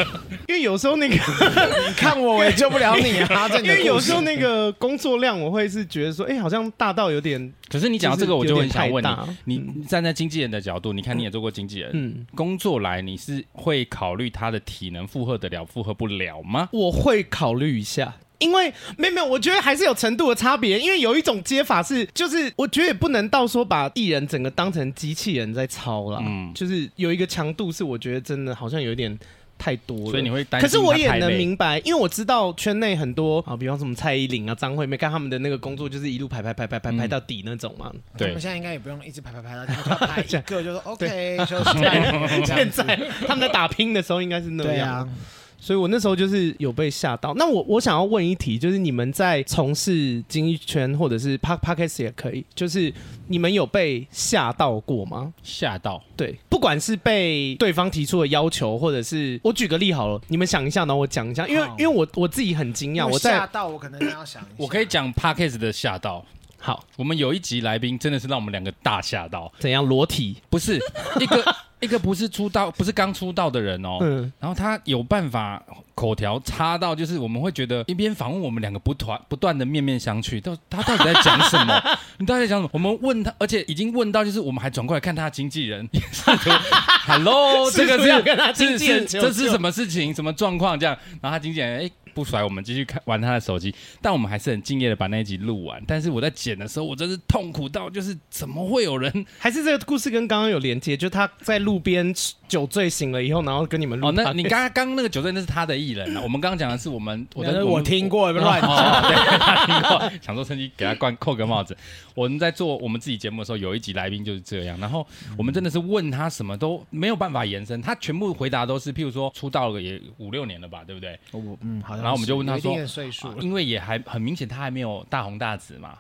因为有时候 那个，
你看我，我也救不了你 啊！这
因为有时候那个工作量，我会是觉得说，哎、好像大到有点，
可是你讲到这个，我就很想问
就是有点太大
你，你站在经纪人的角度，你看你也做过经纪人，
嗯，
工作来你是会考虑他的体能负荷得了，负荷不了吗？
我会考虑一下。因为没有没有，我觉得还是有程度的差别。因为有一种接法是，就是我觉得也不能到说把艺人整个当成机器人在操啦，
嗯
就是有一个强度是我觉得真的好像有点太多了。
所以你会担
可
心
是我
他
也
太
能
累
明白，因为我知道圈内很多啊，比方什么蔡依林啊、张惠妹，看他们的那个工作就是一路排排排排排排
嗯
到底那种嘛。
我
对
们，现在应该也不用一直排排排到，就排一个就说 OK，就是
现
这样子
在他们在打拼的时候应该是那
对
样，
啊，
所以我那时候就是有被吓到。那我我想要问一题，就是你们在从事经济圈或者是 p a r k p a r k e s 也可以，就是你们有被吓到过吗？
吓到。
对，不管是被对方提出的要求，或者是我举个例好了，你们想一下，然后我讲一下，因为
好
因为我我自己很惊讶，
因为
我
吓
在
到我可能要想一下，
我可以讲 Parkes 的吓到。
好
我们有一集来宾真的是让我们两个大吓到，
怎样裸体，
不是一个 一个不是出道，不是刚出道的人哦。
嗯。
然后他有办法口条插到，就是我们会觉得一边访问我们两个不团不断的面面相觑，到他到底在讲什 么？你到底在讲什么？我们问他，而且已经问到，就是我们还转过来看他的经纪人 试图，Hello，这
试
个
图
是
要跟他经
是
纪人
是
求
这是
救
什么事情？什么状况？这样，然后他经纪人哎。不甩我们，继续看玩他的手机，但我们还是很敬业的把那一集录完。但是我在剪的时候，我真是痛苦到，就是怎么会有人
还是这个故事跟刚刚有连接，就他在路边酒醉醒了以后，然后跟你们录
哦？那
podcast
你刚刚刚那个酒醉那是他的艺人 啊，我们刚刚讲的是我们我
那
的
是我
们
听 过，不要乱 讲。
哦，对，他听过，想说趁机给他冠扣个帽子。我们在做我们自己节目的时候，有一集来宾就是这样，然后我们真的是问他什么都没有办法延伸，他全部回答都是，譬如说出道了也五六年了吧，对不对？
我嗯，好像是。
然后我们就问他
有一定
说
的岁数
啊，因为也还很明显他还没有大红大紫 嘛，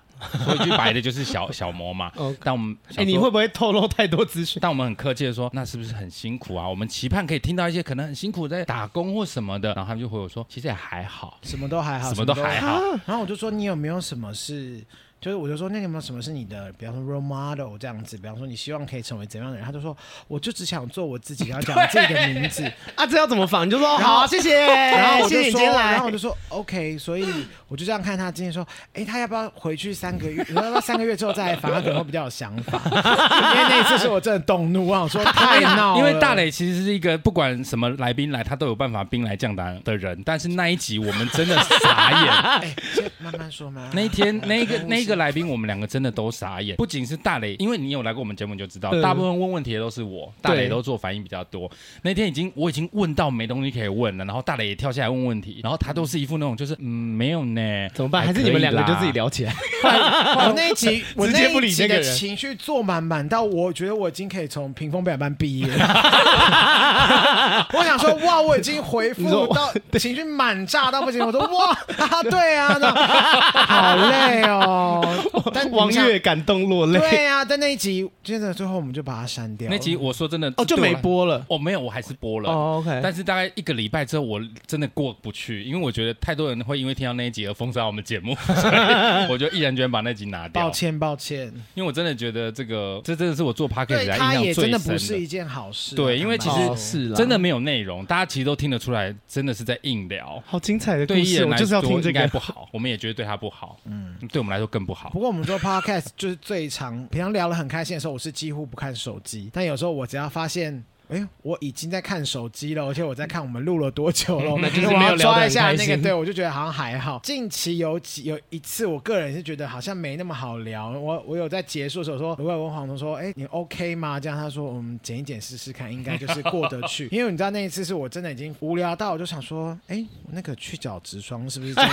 所以就摆的就是小小模嘛
OK。
但我们
哎、
想
你
说
会不会透露太多资讯？
但我们很客气的说，那是不是很辛苦啊？我们期盼可以听到一些可能很辛苦在打工或什么的，然后他们就回我说，其实也还好，
什么都还好，
什么都还好。
然后我就说你有没有什么是，就是我就说那你有没有什么是你的，比方说 role model 这样子，比方说你希望可以成为怎样的人？他就说我就只想做我自己，然后讲自己的名字。
啊，这要怎么仿？你就说好，谢谢，
然后我
谢
就
谢你今
说，
天
然
来
后我。就说 OK，所以我就这样看他今天说，哎，他要不要回去三个月？要不要三个月之后再来访？他可能会比较有想法。因为那一次是我真的动怒，我想说太闹
哎
了，
因为大磊其实是一个不管什么来宾来，他都有办法兵来将挡的人。但是那一集我们真的傻眼，
哎，先慢慢说嘛。
那 一天那一个
嗯
那一个来宾，我们两个真的都傻眼。不仅是大磊，因为你有来过我们节目，你就知道，
嗯
大部分问问题的都是我，大磊都做反应比较多。那天已经我已经问到没东西可以问了，然后大磊也跳下来问问题，然后他都是一副那种就是嗯没有呢，
怎么
哎
办？还
还
是你们两个
可以啦
就自己。聊起来？
我那一集，我
直接
那
不理
一集
那
的
个人
情绪坐满满到我觉得我已经可以从屏风表演班毕业了。我想说，哇，我已经回
你说
复到情绪满炸到不行。我说，哇，啊对啊， 那好累哦。 但
王
月
月感动落泪，
对啊，但那一集真的最后我们就把它删掉了。
那集我说真的
哦，就没，播了。
我没有，我还是播了。
哦，OK，
但是大概一个礼拜之后，我真的过不去，因为我觉得太多人会因为听到那一集而封杀我们节目，所以 我就毅然决然把那集拿
抱
掉。
歉抱歉，
因为我真的觉得这个，这真的是我做 p o d c a
对
s t
他
来
也
印象
真
最
的
深
不是一件好事啊。
对因为
坦
其
白
实
说
哦是啦，
真的没有内容，大家其实都听得出来，真的是在硬聊。
好精彩的故
对艺
事，
人
我
来
就是要
说
听这
应该
个。
不好，我们也觉得对他不好，嗯，对我们来说更不好
不。过我们做 podcast 就是最常，平常聊得很开心的时候，我是几乎不看手机。但有时候我只要发现，哎呦，我已经在看手机了，而且我在看我们录了多久了，
嗯那就是
我
没有
要
聊得
抓
很
一下
开
那个，
心
对我就觉得好像还好。近期有几有一次，我个人是觉得好像没那么好聊。我我有在结束的时候说，我有问黄总说，哎，你 OK 吗？这样他说，我们剪一剪试试看，应该就是过得去。 因为你知道那一次是我真的已经无聊到，我就想说，哎，那个去角质霜是不是真的？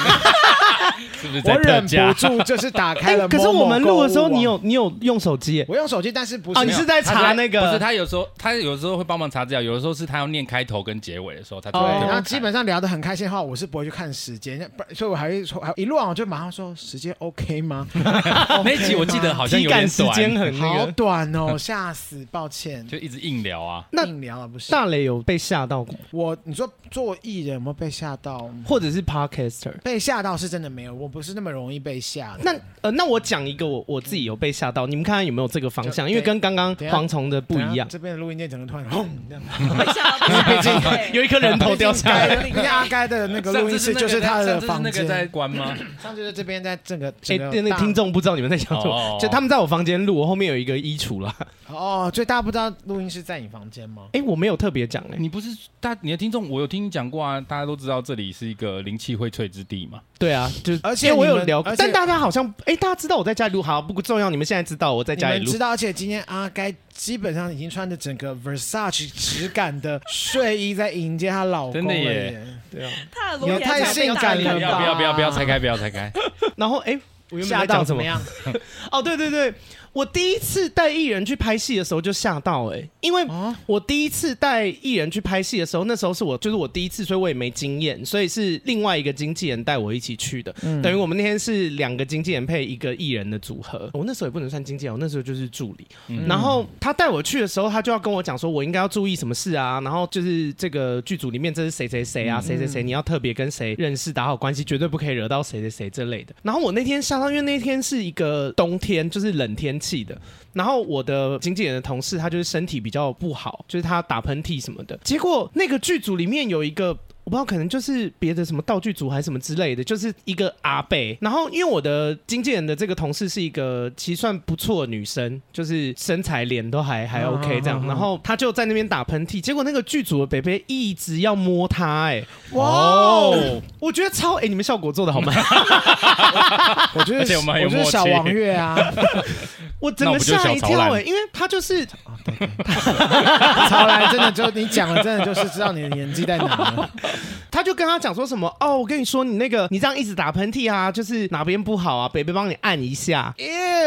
是不是 在
我
特
忍
价
不？住就是打开
哎
了。
可是我们
啊
录的时候，你有你有用手机耶？
我用手机，但是不是
哦，你是在
他
查
在
那个？
不是他有时候他有时候会帮忙查资料，有的时候是他要念开头跟结尾的时候，他就会
哦
特别
然后
看
基本上聊得很开心的话，我是不会去看时间，那不所以我还会说，还一路往我就马上说时间 OK 吗？哦
那一集我记得好像
体
有点
感时间
短，
很那
好
个。
短哦，吓死，抱歉，
就一直硬聊啊。
那
硬聊了不是？
大雷有被吓到过，
我你说做艺人有没有被吓到？
或者是 podcaster？
被吓到是真的没有，我不是那么容易被吓的。
那呃，那我讲一个我我自己有被吓到，你们看看有没有这个方向？
就
因为跟刚刚
等一下
蝗虫的不
等
一
下
样，
啊这边的录音键整个突然轰这样。
被吓到，被吓到
啊
对
有一颗人头掉下来。
该人家阿该的那个录音室就是他的房
那个在
间，
关吗？
上次是这边在整个
哎
整，个
对那
大
听众不知道你们在讲什
哦
么，就他们在我房间录，我后面有一个衣橱啦。
哦，所以大家不知道录音室在你房间吗？
哎，我没有特别讲
嗯
哎，
你不是大你的听众，我有听你讲过啊，大家都知道这里是一个灵气荟萃之地嘛。
对啊，就是
而且
因为我
你
有
们
聊
而，且
但大家好像哎，大家知道我在家里录，好不重要，你们现在知道我在
你
家里
们
录
知，道，而且今天阿该基本上已经穿着整个 Versace 质感的睡衣在迎接她老公
真的
了
耶
耶，
对啊。
他的
你
裸
也
体
太
还被
性
打
感
不
开
了
要不
吧
看
要不要不要拆开不要 拆开，
然后哎，我原本
吓
在
到
讲什
怎么
么？
样？
哦，对对对，我第一次带艺人去拍戏的时候就吓到哎、因为
啊
我第一次带艺人去拍戏的时候，那时候是我就是我第一次，所以我也没经验，所以是另外一个经纪人带我一起去的，
嗯
等于我们那天是两个经纪人配一个艺人的组合。哦我那时候也不能算经纪人，我那时候就是助理。然后他带我去的时候，他就要跟我讲说，我应该要注意什么事啊，然后就是这个剧组里面这是谁谁谁啊，谁谁谁，你要特别跟谁认识，打好关系，绝对不可以惹到谁谁谁这类的。然后我那天吓到，因为那天是一个冬天，就是冷天气的，然后我的经纪人的同事，他就是身体比较不好，就是他打喷嚏什么的。结果那个剧组里面有一个。我不知道，可能就是别的什么道具组还是什么之类的，就是一个阿贝。然后因为我的经纪人的这个同事是一个其实算不错的女生，就是身材脸都还还 OK
嗯
这样。然后她就在那边打喷嚏，结果那个剧组的北北一直要摸她、哎，
哇哦！
哦，我觉得超哎、你们效果做的好吗？
我觉得
而且我们很有
我觉得
默契
小王月啊，
我整个吓一
那我们就小潮
跳哎、
男
因为她就是
曹兰真的就你讲了，真的就是知道你的年纪在哪了。
他就跟他讲说什么哦，我跟你说，你那个你这样一直打喷嚏啊，就是哪边不好啊，北北帮你按一下。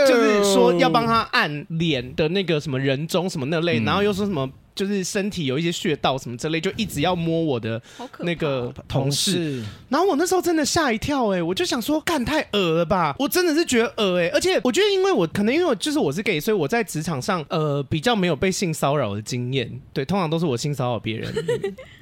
就是说要帮他按脸的那个什么人中什么那类，
嗯
然后又说什么就是身体有一些穴道什么之类，就一直要摸我的
好可怕
那个同
同
事。
事，
然后我那时候真的吓一跳、欸，哎，我就想说，干太恶了吧！我真的是觉得恶哎、欸而且我觉得，因为我可能因为我就是我是 gay，所以我在职场上呃比较没有被性骚扰的经验，对，通常都是我性骚扰别人，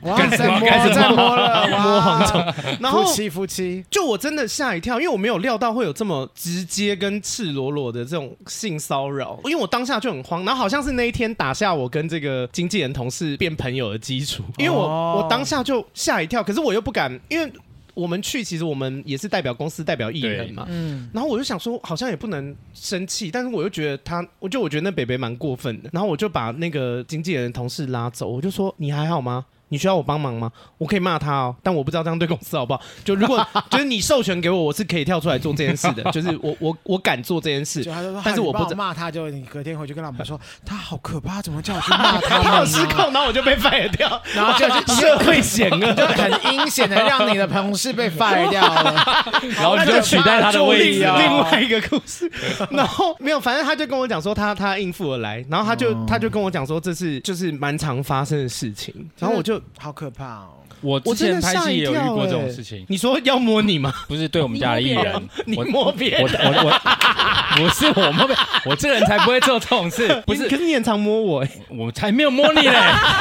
哇，
干什么
在摸
干什么
在摸了， 摸黄
然后
夫妻夫妻，
就我真的吓一跳，因为我没有料到会有这么直接跟赤裸裸的这种性骚扰，因为我当下就很慌。然后好像是那一天打下我跟这个经纪人同事变朋友的基础，因为我、
哦
我当下就吓一跳，可是我又不敢，因为我们去其实我们也是代表公司代表艺人嘛，
嗯，
然后我就想说，好像也不能生气，但是我又觉得他，我就我觉得那北北蛮过分的。然后我就把那个经纪人的同事拉走，我就说：“你还好吗？你需要我帮忙吗？我可以骂他哦，但我不知道这样对公司好不好。就如果 就是你授权给我，我是可以跳出来做这件事的，就是我我我敢做这件事
就。他就说，
但是我
嗨你帮
不知
骂他，就你隔天回去跟他们说，他好可怕，怎么叫我去骂他
他
们
好
呢？
失控，然后我就被 fire 掉，
然后就
社会险恶。
就很阴险的让你的同事被 fire 掉 了，
然后你就取代他的位置
啊
另外一个故事。然后没有，反正他就跟我讲说他他应付而来，然后他就、
哦
他就跟我讲说这是就是蛮常发生的事情，
嗯
然后我就
好可怕哦。
我之
我真
前
的
拍
吓
戏
一
也有遇
跳
过这
欸
种事情，
你说要摸你吗？
不是对我们家的艺人，
你
我
摸别
我
人。
我我不是我摸别人，我这人才不会做这种 事，不
可
是
是你很常摸我、欸，
我才没有摸你嘞，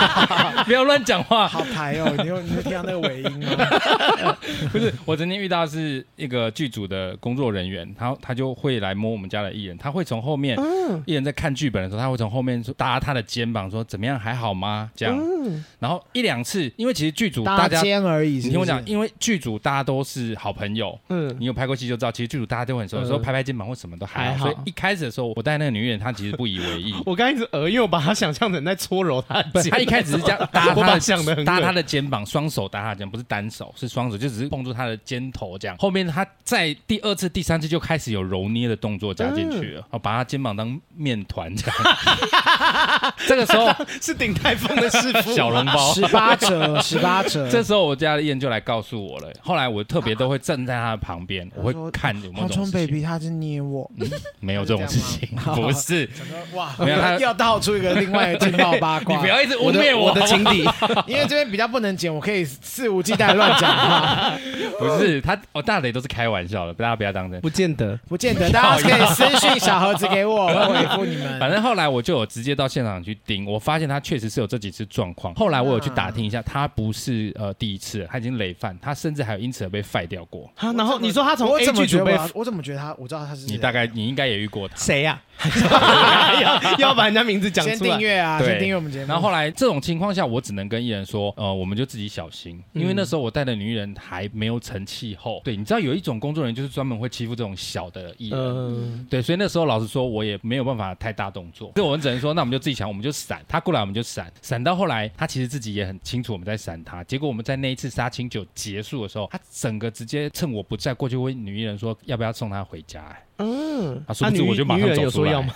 不要乱讲话。
好排哦，你有你有听到那个尾 音哦吗？
不是，我曾经遇到的是一个剧组的工作人员，然后他就会来摸我们家的艺人，他会从后面，
嗯
艺人在看剧本的时候，他会从后面说搭他的肩膀说怎么样还好吗？这样，
嗯
然后一两次，因为其实剧组大
搭
家。
肩而已。
你
是
听
不
我
是
讲，，因为剧组大家都是好朋友，
嗯，
你有拍过戏就知道，其实剧组大家都很熟，有时候拍拍肩膀或什么都还
还
好。
好
所以一开始的时候，我带那个女演员，她其实不以
，
为意
我刚才一直呃，因为我把他想象成在搓揉他的
不是，
肩
她一开始是这样搭
我把
她
她想得
的
很
搭
恶
她的肩膀，双手搭她的肩膀，不是单手，是双手，就只是碰住她的肩头这样。后面她在第二次、第三次就
嗯
开始有揉捏的动作加进去了，哦，把她肩膀当面团这样。 这个 时候
是鼎泰丰的师傅
小笼包，
十八折，十八 折，
这时候我家的燕就来告诉我了。后来我特别都会站在他的旁边，我会看有没有
黄
这种
虫
事情。
baby
嗯
他是捏我，
没有这种事情，不是。
哇
没有他
要套出一个另外的劲爆八 卦。
你不要一直污
的
蔑
我的
好
情敌，
因为这边比较不能剪，我可以肆无忌惮地乱讲话，
不 好不是他，哦，大磊都是开玩笑的，大家不要当真。
不见得。
不见得。大家可以私信小盒子给我，我会回复你们。
反正后来我就有直接到现场去盯，我发现他确实是有这几次状况。后来我有去打听一下，他不是呃第一次，他已经累犯，他甚至还有因此而被废掉过。
啊然后你说他从
我
A
怎么
剧
觉
组
得
被
我我怎么觉得他？我知道他是啊
你大概你应该也遇过他，
谁呀？ 要 要把人家名字讲
先
出
订
来。
阅啊，
对
先订阅我们节目。
然后后来这种情况下，我只能跟艺人说，呃，我们就自己小心，因为那时候我带的女艺人还没有成气候。对，你知道有一种工作人员就是专门会欺负这种小的艺人。
嗯，
对，所以那时候老实说，我也没有办法太大动作，所以我们只能说，那我们就自己想，我们就闪，他过来我们就闪，闪到后来，他其实自己也很清楚我们在闪他。结果我们在那一次杀青酒结束的时候，他整个直接趁我不在过去问女艺人说，要不要送她回家、哎
嗯，
啊，殊不知我就马
女
上
人
走
有
出
说
来。
要 吗？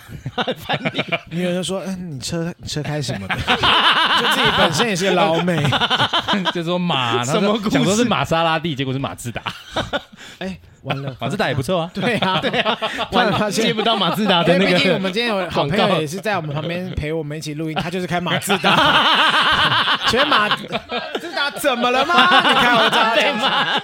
女人就说：“嗯，你车你车开什么的？就自己本身也是个老 美。
就说马，
什么
他说
故事
想说是玛莎拉蒂，结果是马自达，
哎，完 了，
马自达也不错啊。
对啊，对啊，突然发
接
现
不。到马自达的
对，
啊那
毕竟我
个，
们今 天有好朋
广告
友也是在我们旁边陪我们一起录音，他就是开马自达，学 马马自达怎么了吗？你看我长得马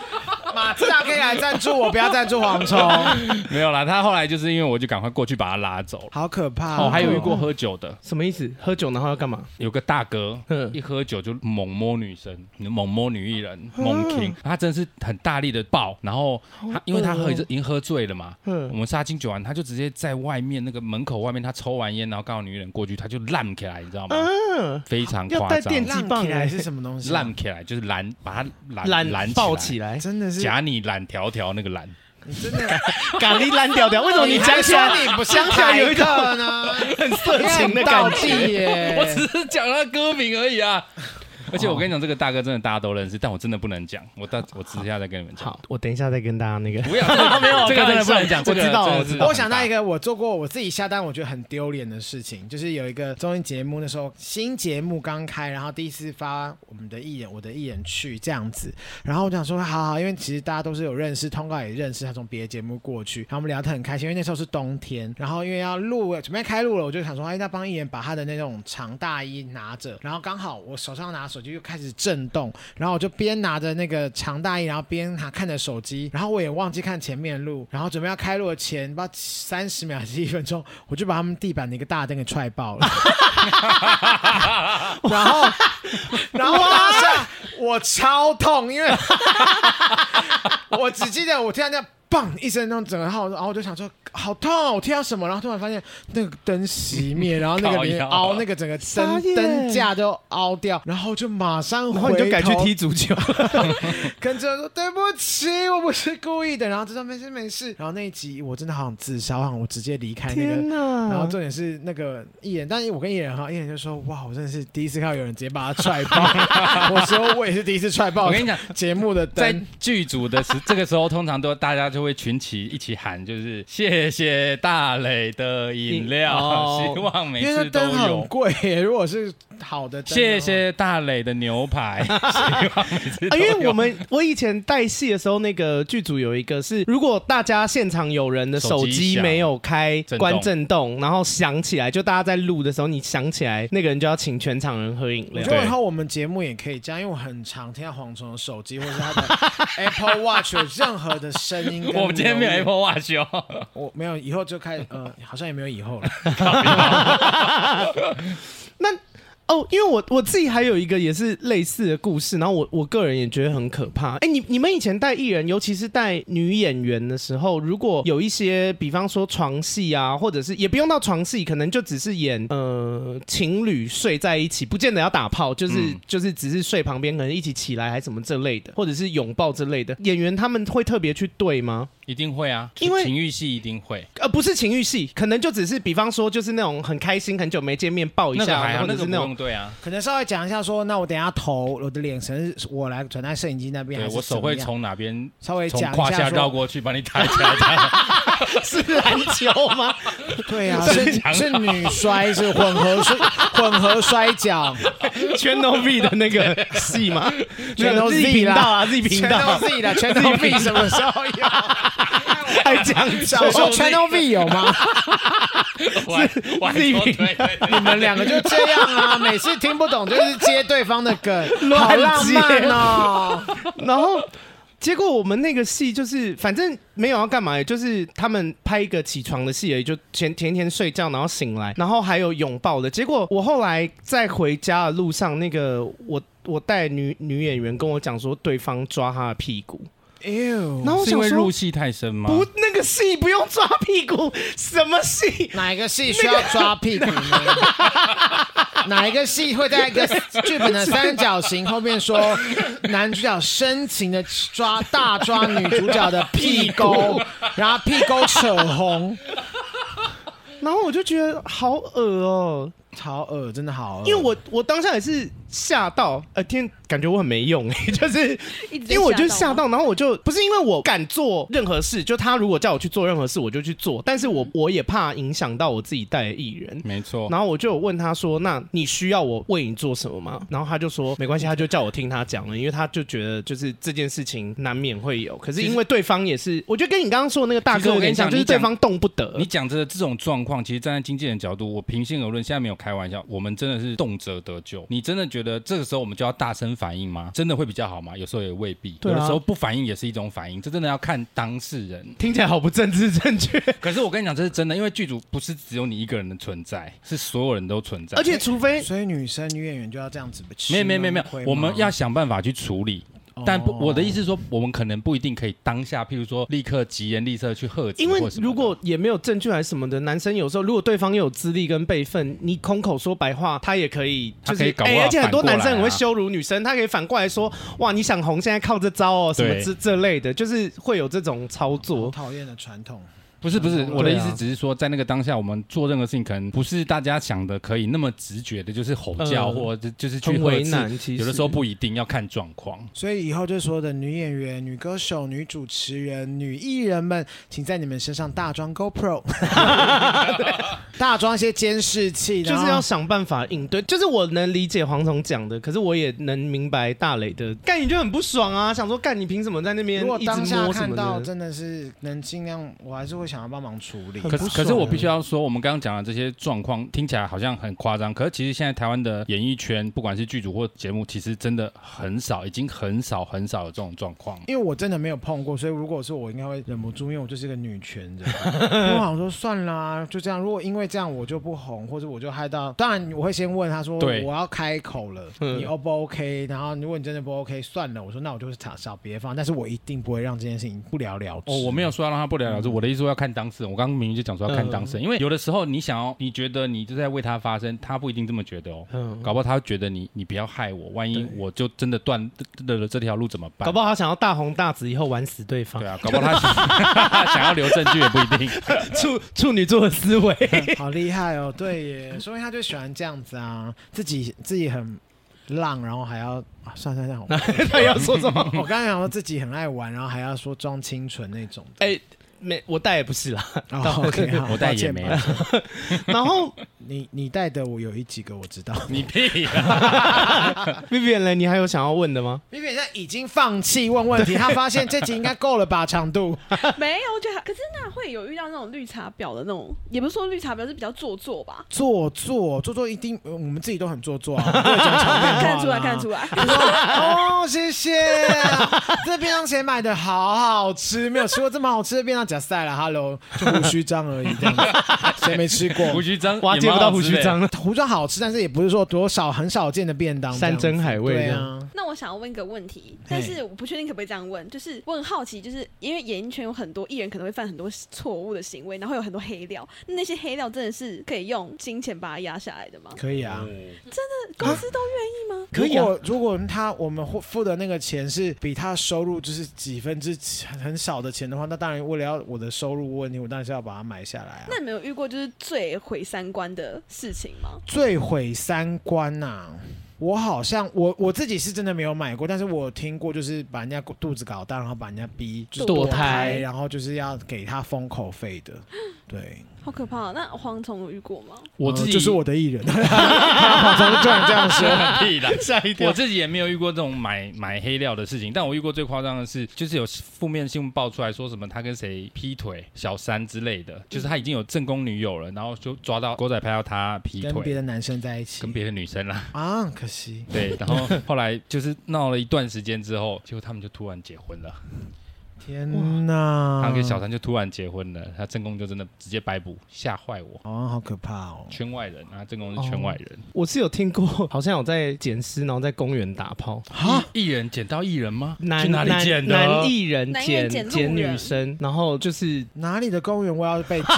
马自达可以来赞助我，不要赞助蝗虫，
没有啦，他后来就是因为我就赶快过去把他拉走了。
好可怕
哦，还有遇过喝酒的，
什么意思？喝酒然后要干嘛？
有个大哥
嗯
一喝酒就猛摸女生，猛摸女艺人，
嗯
猛停，他真的是很大力的抱，然后他因为他喝已经喝醉了嘛，
嗯
我们杀青酒完，他就直接在外面那个门口外面，他抽完烟，然后刚好女艺人过去，他就烂起来，你知道吗？
啊
嗯，
非常
要
夸
带
张
电，
浪
棒
起来
欸
是什么东西？啊
烂起来就是拦，把他拦
懒
拦
抱
起
起来，
真的
来，
是
夹你懒条条那个拦。
真的。
咖喱烂掉掉。为什么你讲起来
还说你不是
讲起来有一种
台客呢？
很色情的
道
感觉？
地耶！
我只是讲他歌名而已啊。 而且我跟你讲，这个大哥真的大家都认识，但我真的不能讲，我到我私下再跟你们讲。
好，我等一下再跟大家那个。
不要，这个没有这个真的不能讲，
我知道
这个
我知
真的
道
是
我想到一个我做过我自己下单，我觉得很丢脸的事情，就是有一个综艺节目，那时候新节目刚开，然后第一次发我们的艺人，我的艺人去这样子，然后我想说好好，因为其实大家都是有认识，通告也认识，他从别的节目过去，然后我们聊得很开心，因为那时候是冬天，然后因为要录准备开录了，我就想说哎，那帮艺人把他的那种长大衣拿着，然后刚好我手上拿手机就开始震动，然后我就边拿着那个长大衣，然后边拿看着手机，然后我也忘记看前面的路，然后准备要开路的前，不知道三十秒还是一分钟，我就把他们地板的一个大灯给踹爆了。 然后，然后当下我超痛，因为 我只记得我听到那棒一声那种整个号，然后我就想说好痛哦，我听到什么？然后突然发现那个灯熄灭，然后那个连
靠腰
凹那个整个
傻
灯
眼
灯架都凹掉，然后就马上
然后
回
你
头
就改去踢足 球，
跟着说对不起，我不是故意的。然后就说没事没事。然后那一集我真的好想自杀，我想我直接离开那个。
哪
嗯
然后重点是那个艺人，但是我跟艺人哈，艺人就说哇，我真的是第一次看到有人直接把他踹 爆。我说我也是第一次踹爆。
我跟你讲，
节目的
在
灯，
剧组的时， 这个时候通常都大家就会群起一起喊，就是谢谢大磊的饮料，
饮哦
希望每
因为那
次都
灯很
有。
贵耶，如果是好的灯，
谢。谢大磊的牛 排，希望每次
啊，
都
因
有。
为我们我以前带戏的时候，那个剧组有一个是，如果大家现场有人的手
手机
机
响
没有开
震动
关震动，然后响起来，就大家在录的时候你响起来，那个人就要请全场人喝饮
我
料
觉。得以后我们节目也可以这样，因为我很常听到蝗虫的手机或是 他的 Apple Watch 有任何的声音跟留 言。
我们今天没有 Apple Watch 哦。
我没有，以后就开始呃，好像也没有以后了。
哦，因为我我自己还有一个也是类似的故事，然后我我个人也觉得很可怕。哎，你你们以前带艺人，尤其是带女演员的时候，如果有一些，比方说床戏啊，或者是也不用到床戏，可能就只是演呃情侣睡在一起，不见得要打炮，就是、
嗯
就是只是睡旁边，可能一起起来还什么这类的，或者是拥抱这类的，演员他们会特别去对吗？
一定会啊，
因为
情欲戏一定会，
呃，不是情欲戏，可能就只是比方说就是那种很开心很久没见面抱一
那个
下，
还好，
或
那
者
个
是
不
那种
用对啊，
可能稍微讲一下说，那我等一下头我的眼神是我来转在摄影机那边，
对
还是
我手会
怎么样
从哪边
稍微
从
讲
胯
一
下
下
绕
说，
过去，把你抬起来这 样。
是篮球吗？
对 啊，是是女摔是混合 摔混合摔跤，
全都 V 的那个戏 吗？
全都
Z
Z
频
啦
道啊，Z 频
全都
道
V 的，全都 V 什么时候有？
还讲
小时候
说
全都 V 有吗？
我还我还说对对对
你们两个就这样啊，每次听不懂就是接对方的梗，好浪漫哦。
然后结果我们那个戏就是，反正没有要干嘛，就是他们拍一个起床的戏而已，就前前一天睡觉，然后醒来，然后还有拥抱的。结果我后来在回家的路上，那个我我带女女演员跟我讲说，对方抓她的屁股，
哎呦，
然后我
是因
想
为入
说。
戏太深吗？
不，那个戏不用抓屁股，什么戏？
哪一个戏需要抓屁股呢？哪一个戏会在一个剧本的三角形后面说男主角深情的抓大抓女主角的屁 沟，然后屁沟扯红，
然后我就觉得好恶哦、
超恶，真的好恶。
因为我我当下也是吓到，呃，天，感觉我很没用、欸， 就是
一直被
因为我就吓
到
到，
吗，
然后我就不是因为我敢做任何事，就他如果叫我去做任何事，我就去做，但是我我也怕影响到我自己带的艺人。
没错。
然后我就有问他说：“那你需要我为你做什么吗？”然后他就说：“没关系，他就叫我听他讲了，因为他就觉得就是这件事情难免会有。可是因为对方也是，我觉得跟你刚刚说的那个大
其实
哥
我
有
跟
点
你
像，
讲
就是
你讲
对方动不得
你。讲着这种状况，其实站在经纪人角度，我平心而论，现在没有开玩笑，我们真的是动辄得咎。你真的觉得这个时候我们就要大声反应吗？真的会比较好吗？有时候也未必，
对啊
有的时候不反应也是一种反应，这真的要看当事人。
听起来好不政治正确，
可是我跟你讲，这是真的，因为剧组不是只有你一个人的存在，是所有人都存在。
而且除非
所以女生女演员就要这样子不吃
没有没有没有没
会
有，
吗
我们要想办法去处理。但不，
哦
我的意思是说，我们可能不一定可以当下，譬如说立刻急言厉色去喝止
因
或什
为
么的，
如果也没有证据还是什么的，男生有时候如果对方也有资历跟辈分，你空口说白话，他也可以，就
他
是
可以搞不好
哎而且很多
反过来啊
男生很会羞辱女生，他可以反过来说，哇，你想红，现在靠这招哦，什么
对
这这类的，就是会有这种操
好
作。
讨厌的传统。
不是不是，
嗯
对啊
我的意思只是说，在那个当下，我们做任何事情，可能不是大家想的可以那么直觉的，就是吼叫
嗯
或者就是去
很
呵
为
斥，
难，其实
有的时候不一定要看状况。
所以以后就说的女演员、女歌手、女主持人、女艺人们，请在你们身上大 装 GoPro，大装一些监视器，
就是
然
要
后
想办法应对。就是我能理解黄总讲的，可是我也能明白大磊的，干你就很不爽啊，想说干你凭什么在那边
如果
一直
当下
摸什
看
么
到，
的？
真的是能尽量，我还是会想要帮忙处理。
很
可
不
是，
爽
可是我
欸
必须要说，我们刚刚讲的这些状况听起来好像很夸张，可是其实现在台湾的演艺圈，不管是剧组或节目，其实真的很少，已经很少很少有这种状况。
因为我真的没有碰过，所以如果是我，应该会忍不住，因为我就是个女权 人。我想说算啦，就这样。如果因为这样我就不红，或者我就害到，当然我会先问他说
对
我要开口了，
嗯
你 O 不 OK？然后如果你真的不 OK，算了，我说那我就是少少别放，但是我一定不会让这件事情不了了之。
哦，我没有说要让他不了了之，
嗯
我的意思说要看当事人。我刚刚明明就讲说要看当事人，因为有的时候你想要，你觉得你就在为他发声，他不一定这么觉得哦。
嗯，
搞不好他会觉得你，你不要害我，万一我就真的断断了这条路怎么办？
搞不好他想要大红大紫以后玩死对方
对。啊，搞不好他想 想要留证据也不 一定。
处处女座的思维，
好厉害哦，对耶，说明他就喜欢这样子啊，自己自己很浪，然后还要啊，算 算算，我
他要说什么？
我刚才想说自己很爱玩，然后还要说装清纯那种的。
哎、没，我带也不是啦。
哦、OK，好，
我带
抱歉
也没
抱
有，
然后
你你带的我有一几个我 知道
你屁啊！
Vivian 呢？你还有想要问的吗？
，Vivian 现在已经放弃问问题，他发现这集应该够了吧长 度，
没有，我觉得还可是那会有遇到那种绿茶婊的那种，也不是说绿茶婊，是比较做作吧，
做作做作一定，呃我们自己都很做作啊，我们不会讲场面话啦
看得出来，看得出。来。
哦，谢谢，这便当钱买的好好吃，没有吃过这么好吃的便当，假赛了，Hello，就胡须章而已，这样子，谁没吃过？
胡须章，
挖接不到胡须章了，
胡须章好吃，但是也不是说多少很少见的便当，
山珍海味
这
这
样
样。
子对啊。
那我我想要问一个问题，但是我不确定可不可以这样问，就是我很好奇，就是因为演艺圈有很多艺人可能会犯很多错误的行为，然后有很多黑料，那些黑料真的是可以用金钱把它压下来的吗？
可以啊。
公司都愿意 吗？
可以啊
如果如果他我们付付的那个钱是比他收入就是几分之几很少的钱的话，那当然为了要我的收入问题，我当然是要把它买下来啊。
那你们有遇过就是最毁三观的事情吗？
最毁三观呐、我好像我我自己是真的没有买过，但是我有听过，就是把人家肚子搞大，然后把人家逼就是
堕
堕
胎
然后就是要给他封口费 的，对，
好可怕、那蝗虫有遇过吗？
我
呃
自己
就是 我的艺 人，好像突然这样说，
啊屁啦。
吓一
我自己也没有遇过这种买买黑料的事情，但我遇过最夸张的是，就是有负面新闻爆出来说什么他跟谁劈腿、小三之类的，就是他已经有正宫女友了，然后就抓到狗仔拍到他劈
跟别
腿，
的男生在一起
跟别的女生啦。
啊，可惜
对，然后后来就是闹了一段时间之后，结果他们就突然结婚了，
天哪，
他跟小三就突然结婚了，他正宫就真的直接摆布，吓坏我。
哦，好可怕哦，
圈外人啊，正宫是圈外人，
我是有听过，好像有在捡尸，然后在公园打炮。
啊，
艺人捡到艺人吗？去
男
哪里
男
捡的
男？艺人
男艺
捡
人捡路
捡女
人
生，然后 就是
哪里的公园我要被捡？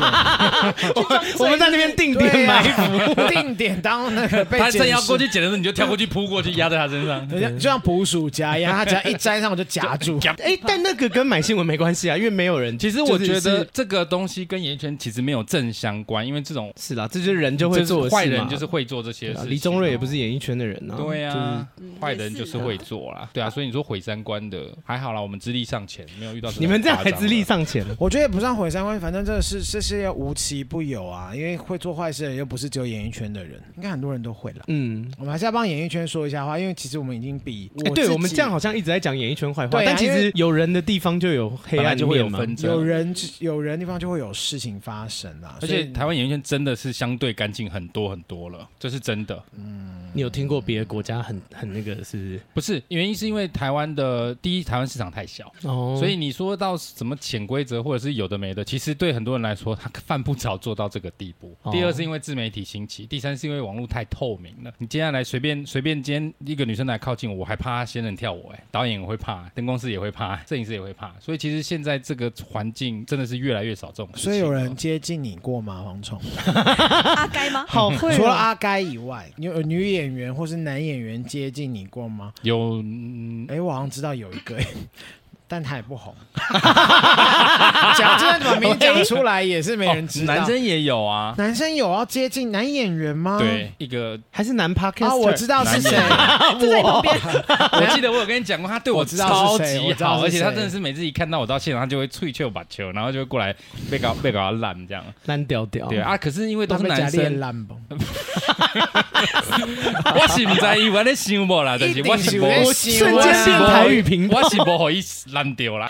我们在那边定
对
点
呀
啊
埋伏，
定点当 那个被
他
捡
正要
拾
过去捡的时候，你就跳过去扑过去，压在他身上。
人家就像捕鼠夹一样，他只要一沾上我就夹住。
哎、但那个跟买新闻没关系啊，因为没有人。
其实我觉
就是
得这个东西跟演艺圈其实没有正相关，因为这种
是是啦，这就是人就会做的事嘛
坏人就是会做这些
对啊
事。
李宗瑞也不是演艺圈的人啊，
对
就是
啊，
嗯
坏人就是会。做啦，对啊，所以你说毁三观的还好啦，我们资历尚浅，没有遇到种
你们这样还
夸张啊的
资历尚浅，
我觉得也不算毁三观，反正这是这是要无奇不有啊，因为会做坏事的人又不是只有演艺圈的人，应该很多人都会了。
嗯。
我们还是要帮演艺圈说一下话，因为其实我们已经比我
哎、对
自己
我们这样好像一直在讲演艺圈坏话，
对啊
但其
因
实
为
有人的地方就有黑
本来
暗
就会有
面嘛
纷争，
有人有人地方就会有事情发生啊，
而
所
且
以
台湾演艺圈真的是相对干净很多很多了，这是真的。
你有听过别的国家很很那个是
不是原因是因为台湾的第一，台湾市场太小，
不是？哦
所以你说到什么潜规则或者是有的没的，其实对很多人来说，他犯不着做到这个地步
哦。
第二是因为自媒体兴起，第三是因为网络太透明了。你接下来随便随便今天一个女生来靠近我，我还怕她仙人跳我、哎，导演也会怕，灯光师也会怕，摄影师也会怕。所以其实现在这个环境真的是越来越少这种事情
所
了。
以有人接近你过吗？蝗虫？
阿该吗？
好
啊
会、
除了
哦，
阿该以外，你有有女演员或是男演员接近你过吗？
有、嗯
哎、我好像知道有一个、哎 但他也不红。 讲这怎么明讲出来也是没人知道。
哦男生也有啊，
男生有要接近男演员吗？
对，一个
还是男 podcast
啊，我知道是谁。
就在你旁边，
我记得我有跟你讲过，他对
我知道
超
是谁
级
我知道
好，
是
而且他
谁
真的是每次一看到我到现场，他就会脆球把球，然后就会过来被搞被搞到烂这样。
烂掉掉，
对，啊，可是因为都
他
是
们假
男
练
生，
烂吧？
我是不在意，我在想无啦，但是我是无，
我
我
瞬间变台语频道，
是无好意思烂掉 啦，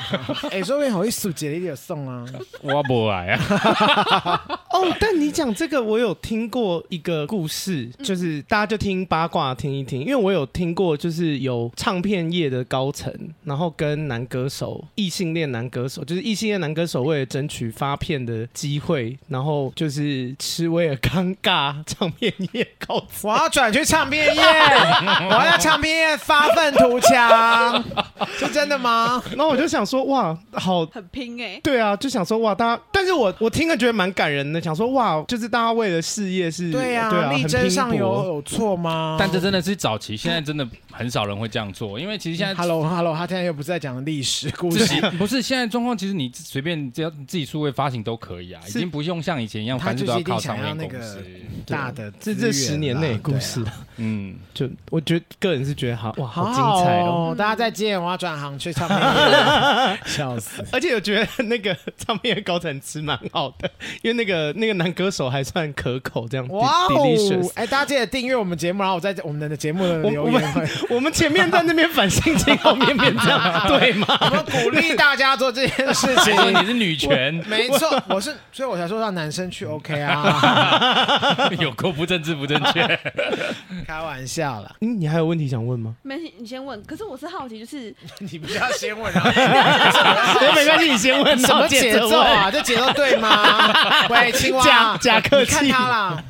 哎，说不定好意思，姐姐有送啊。
我无爱啊。
哦，但你讲这个，我有听过一个故事，
嗯
就是大家就听八卦听一听，因为我有听过，就是有唱片业的高层，然后跟男歌手、异性恋男歌手，就是异性恋男歌手为了争取发片的机会，然后就是吃威尔刚尬 唱片业高层。
我要转去唱片业， 我要在唱片业发愤图强， 是真的吗？
然后我就想说，哇，好
很拼哎、
对啊，就想说哇，大家，但是我我听了觉得蛮感人的，想说哇，就是大家为了事业是，
对呀、
对啊，
力
很
争
拼
上游
搏。
有错吗？
但这真的是早期，现在真的很少人会这样做，因为其实现在
嗯 Hello Hello，他现在又不是在讲历史故
自
事
己，不是现在状况，其实你随便只要自己数位发行都可以啊，已
是
经不用像以前一样，
他
凡事都
就是一定
靠
想
唱
要
片
那
公
个
司。
大的
啊这
资源
这
啦
十年内的故事
对，啊
嗯，
就我觉得个人是觉得好哇，
好
精彩哦！
哦！大家再见，我要转行去唱 片业，笑死！
而且我觉得那个唱片的高层吃蛮好的，因为那个那个男歌手还算可口，这样
哇
d
哦
delicious！！
哎，大家记得订阅我们节目，然后我在我们的节目的
我
留
我们
言会，
我们前面在那边反性情，后面变这 样，对吗？
我们鼓励大家做这件 事
谁说你
情。
是女权？
没错，我是，所以我才说让男生去 OK 啊，
有够不政治不正 确。
开玩笑啦。
嗯，你还有问题想问吗？
没关系，你先问。可是我是好奇，就是
你不要先问，啊
那没关系，你先 问，
什么节奏啊？这节奏对 吗？喂，青
然后接着问？假
蛙，
假客
你看
气，
他啦，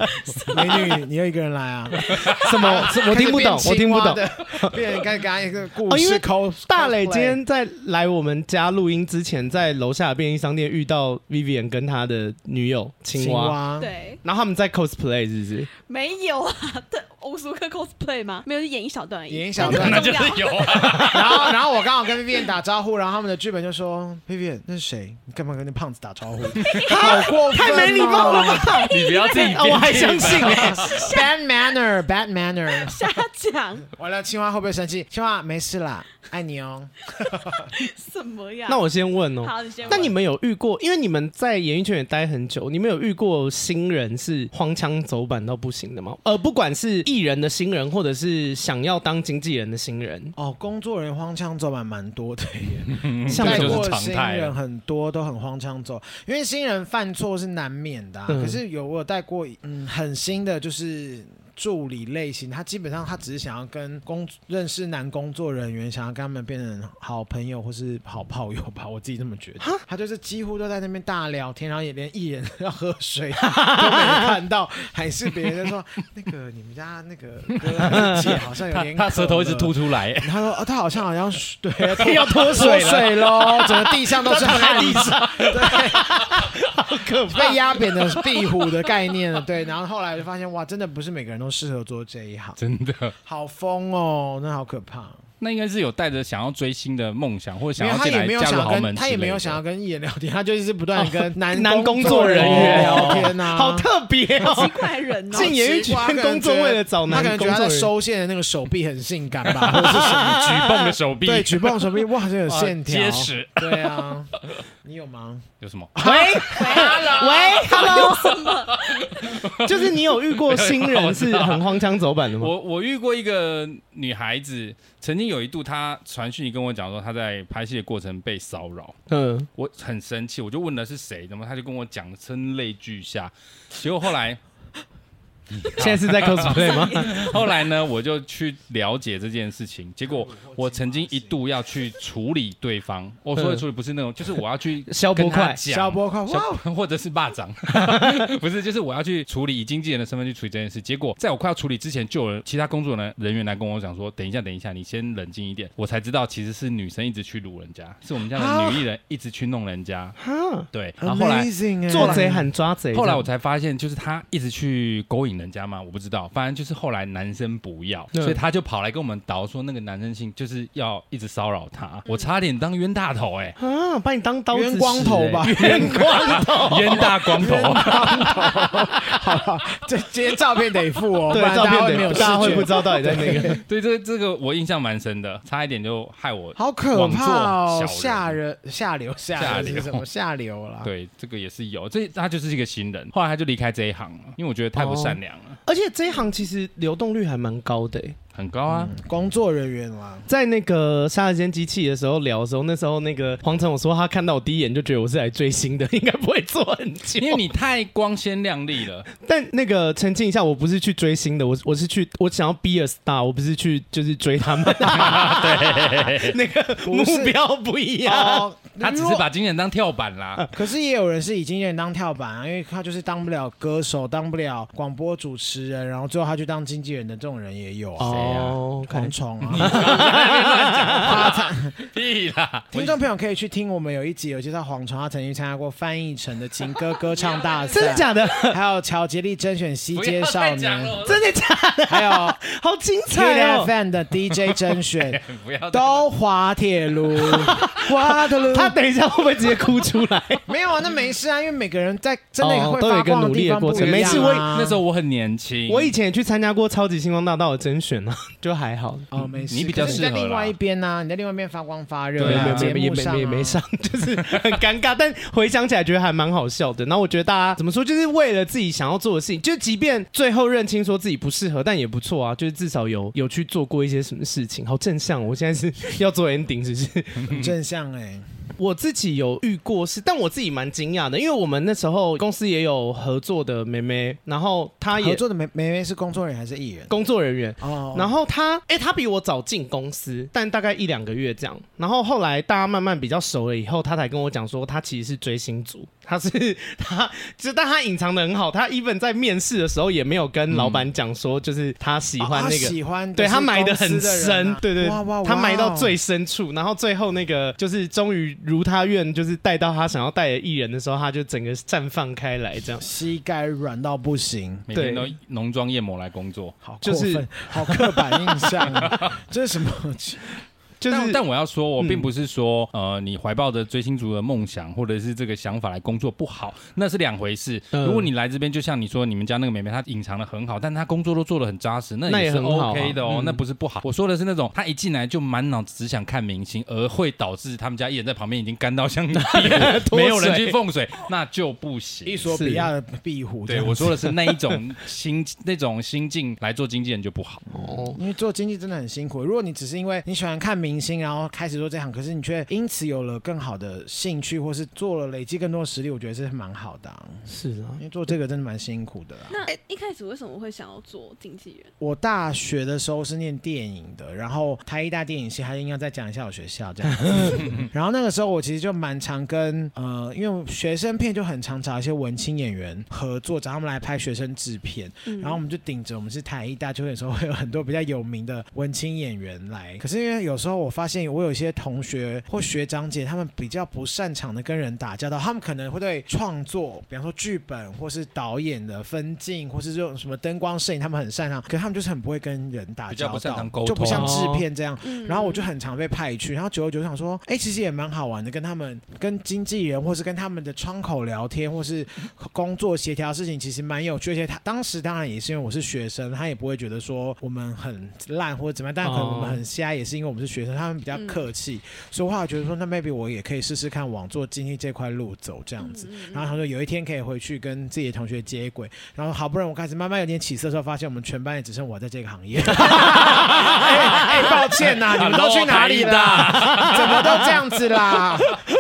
美女，你又一个人来啊？
什么？什我听不懂，我听不懂。
懂。变成刚刚一个故
哦因为
事抠，
大磊今天在来我们家录音之前，在楼下的便利商店遇到 Vivian 跟他的女友青
青
蛙，
蛙，
对，
然后他们在 cosplay 是不是？
没有啊，对，无时无刻 cosplay 吗？没有，就演一小段而已。
演一小
但
段
是
那
很重
就
要
是有啊。
然后，然后我刚好跟 Vivian 打招呼，然后他们的剧本就说：“Vivian，那是谁？你干嘛跟那胖子打招呼？好过分、
太
哦，
没礼貌了吧！
你不要自己 编
啊， 我还相信
剧本
哎、
！Bad manner，bad manner。
瞎讲
完了，青蛙会不会生气？青蛙没事啦，爱你哦。
什么呀？
那我先问哦。
好，你先问。
那你们有遇过？因为你们在演艺圈也待很久，你们有遇过新人是荒腔走板到不行的吗？呃，不管是艺人的新人，或者是想要当经纪人的新人，
哦，工作人员荒腔走板蛮多的耶，
像
这
带
什么
嗯就是
过的
常
新
态
人
了
很多都很荒腔走，因为新人犯错是难免的啊、
嗯
可是有我有带过，嗯，很新的就是。助理类型，他基本上他只是想要跟工认识男工作人员，想要跟他们变成好朋友或是好炮友吧，我自己这么觉得。他就是几乎都在那边大聊天，然后也连艺人 要喝水都没看到，还是别人在 说那个你们家那个哥他自己好像有点
他舌头一直
渴了
吐出来，
他说：“哦，他好像好 像是对要
脱
脱
水了，
水 喽，整个地上都是
他躺在
汗，
地 上，
对，
可怕。
被压扁的壁虎的概念了，对。然后后来就发现，哇，真的不是每个人都适合做这一行，
真的。
好疯哦，那好可怕。
那应该是有带着想要追星的梦想，或者
因
想要
为他
进
也
来
没有
加
想
入
要
豪
跟
门之
他
类的，
也没有想要跟艺人聊天，他就一直不断地跟男
哦男工
工
作人员哦
聊天 啊，
好特别
好
哦
奇！怪的人哦。
进演艺圈工作为了找
他
男
可能觉
工
得他
作
在
人员，
收线的那个手臂很性感 吧，或者是什么
举棒的手臂，
对，举棒手臂哇，很有
哇
线条，
结实。
对啊，你有吗？
有什么？
喂喂，Hello，
啊什 么？
就是你有遇过新人是很荒腔走板的吗？
我我遇过一个女孩子，曾经有一度她传讯跟我讲说她在拍戏的过程被骚扰，
嗯，
我很生气，我就问了是谁，怎么她就跟我讲声泪俱下，结果后来。
现在是在 cosplay 吗？
后来呢，我就去了解这件事情，结果我曾经一度要去处理对方。我说的处理不是那种，就是我要去
消波
跟他
块
讲
小波块，哇
小， 或者是霸掌，不是，就是我要去处理以经纪人的身份去处理这件事。结果在我快要处理之前，就有其他工作人人员来跟我讲说：“等一下，等一下，你先冷静一点。”我才知道其实是女生一直去掳人家，是我们家的女艺人一直去弄人家。
哈，
对，然后后来
Amazing 欸
做贼喊抓贼。
后来我才发现，就是他一直去勾引人家嘛，我不知道。反正就是后来男生不要，
嗯
所以他就跑来跟我们导说，那个男生性就是要一直骚扰
嗯
他。我差点当冤大头哎、
啊，把你当刀子欸
冤光头吧，冤光头，
冤大光头。
这今天照片得付哦，
对
不，然
照
大家会
片
没有
得，大家会不
视觉
知道到底在那 个。
对，这这个我印象蛮深的，差一点就害我。
好可怕
网
哦，
络
下
小
人下流下流是什么 下流啦？
对，这个也是有，这他就是一个新人，后来他就离开这一行了，因为我觉得太不善良
哦
了，
而且这一行其实流动率还蛮高的欸，
很高啊。
工作人员啦，
在那个《杀人间机器》的时候聊的时候，那时候那个黄晨我说他看到我第一眼就觉得我是来追星的，应该不会做很久。
因为你太光鲜亮丽 了，
但那个澄清一下，我不是去追星的，我我是去我想要 be a star，我不是去就是追他们，对，那个目标 不一样。
哦，
他只
如
是
果
把经纪人当跳板 啦。
可是也有人是已经有点当跳板啊，因为他就是当不了歌手，当不了广播主持人，然后最后他去当经纪人的这种人也有啊，
哦，看
蝗虫啊。
屁啦，
听众朋友可以去听我们有一集有介绍蝗虫，他曾经参加过翻译成的情歌歌唱大赛，
真的假的？
还有乔杰利甄选西
不
街
要
少
再讲了
年，
我
真的假的？
还有
好精
T
彩
F
哦！
N 的 DJ 甄选，
不要再
都滑铁卢，滑铁卢。
他等一下会不会直接哭出 来？
没有啊，那没事啊，因为每个人在真的
哦
会
都有
发
一个
光
努
地
力的
方
过
不
程
一
没事
样
我
啊。
那时候我很年轻，
我以前也去参加过超级星光大道的甄选啊，就还好。
哦没事，
你比较
可是你在
适合啦
另外一边呢，你在另外一边发光发热
没
对
有没
啊
啊，
有没
节
有也
目
没
上啊
也没 上，就是很尴尬。但回想起来，觉得还蛮好笑的。然后我觉得大家怎么说，就是为了自己想要做的事情，就即便最后认清说自己不适合，但也不错啊。就是至少有有去做过一些什么事情，好正向哦。我现在是要做 ending，只是
很正向哎。
我自己有遇过是，但我自己蛮惊讶的，因为我们那时候公司也有合作的妹妹，然后她
合
也
作的梅梅梅是工作人员还是艺人？
工作人员，
哦
然后她哎、她比我早进公司，但大概一两个月这样。然后后来大家慢慢比较熟了以后，她才跟我讲说，她其实是追星族，她是 她，就但她隐藏的很好，她 even 在面试的时候也没有跟老板讲说，就是她喜欢那
哦他
个。
喜欢，
对
就是
他埋
公
的
司
很
人啊
深，对对，
哇哇哇，
他埋到最深处，然后最后那个就是终于如他愿，就是带到他想要带的艺人的时候，他就整个绽放开来，这样。
膝盖软到不行。
每天都
对
浓妆艳抹来工作。
好过
就
分，
是
好刻板印象啊，这是什么？
就是
但但我要说，我
嗯
并不是说，呃，你怀抱着追星族的梦想或者是这个想法来工作不好，那是两回事。
嗯
如果你来这边，就像你说，你们家那个妹妹她隐藏的很好，但她工作都做的很扎实，
那
那
也
也是
很好啊
OK 的哦，
嗯
那不是不好。我说的是那种她一进来就满脑子只想看明星，而会导致他们家艺人在旁边已经干到 像壁虎
脱水
没有人去奉水，那就不行
伊。索比亚的壁虎这
对，
样子。
我说的是那一种心 那种心境来做经纪人就不好。
哦，
因为做经济真的很辛苦。如果你只是因为你喜欢看明星，然后开始做这行，可是你却因此有了更好的兴趣，或是做了累积更多实力，我觉得是蛮好的啊、
是啊
因，为做这个真的蛮辛苦的啦。啊
那一开始为什么会想要做经纪人？
我大学的时候是念电影的，然后台艺大电影系，还硬要再讲一下我学校这样 子。然后那个时候我其实就蛮常跟呃，因为我学生片就很常找一些文青演员合作，找他们来拍学生制片。
嗯
然后我们就顶着我们是台艺大，就有时候会有很多比较有名的文青演员来。可是因为有时候我发现我有一些同学或学长姐，他们比较不擅长的跟人打交道，他们可能会对创作，比方说剧本或是导演的分镜，或是这种什么灯光摄影，他们很擅长，可是他们就是很不会跟人打
比较
交
不擅
道
长沟，
就不像
通
制片这样。
嗯
然后我就很常被派去，然后久而久之想说，哎、其实也蛮好玩的，跟他们、跟经纪人，或是跟他们的窗口聊天，或是工作协调的事情，其实蛮有趣。而且他当时当然也是因为我是学生，他也不会觉得说我们很烂或者怎么样，但可能我们很瞎，也是因为我们是学生，他们比较客气，所以我后来觉得说，那 maybe 我也可以试试看往做经济这块路走这样子。
嗯
然后他说有一天可以回去跟自己的同学接轨，然后好不容易我开始慢慢有点起色的时候，发现我们全班也只剩我在这个行业。 哎、哎抱歉呐、你们都去哪里
啊
啦？怎么都这样子啦？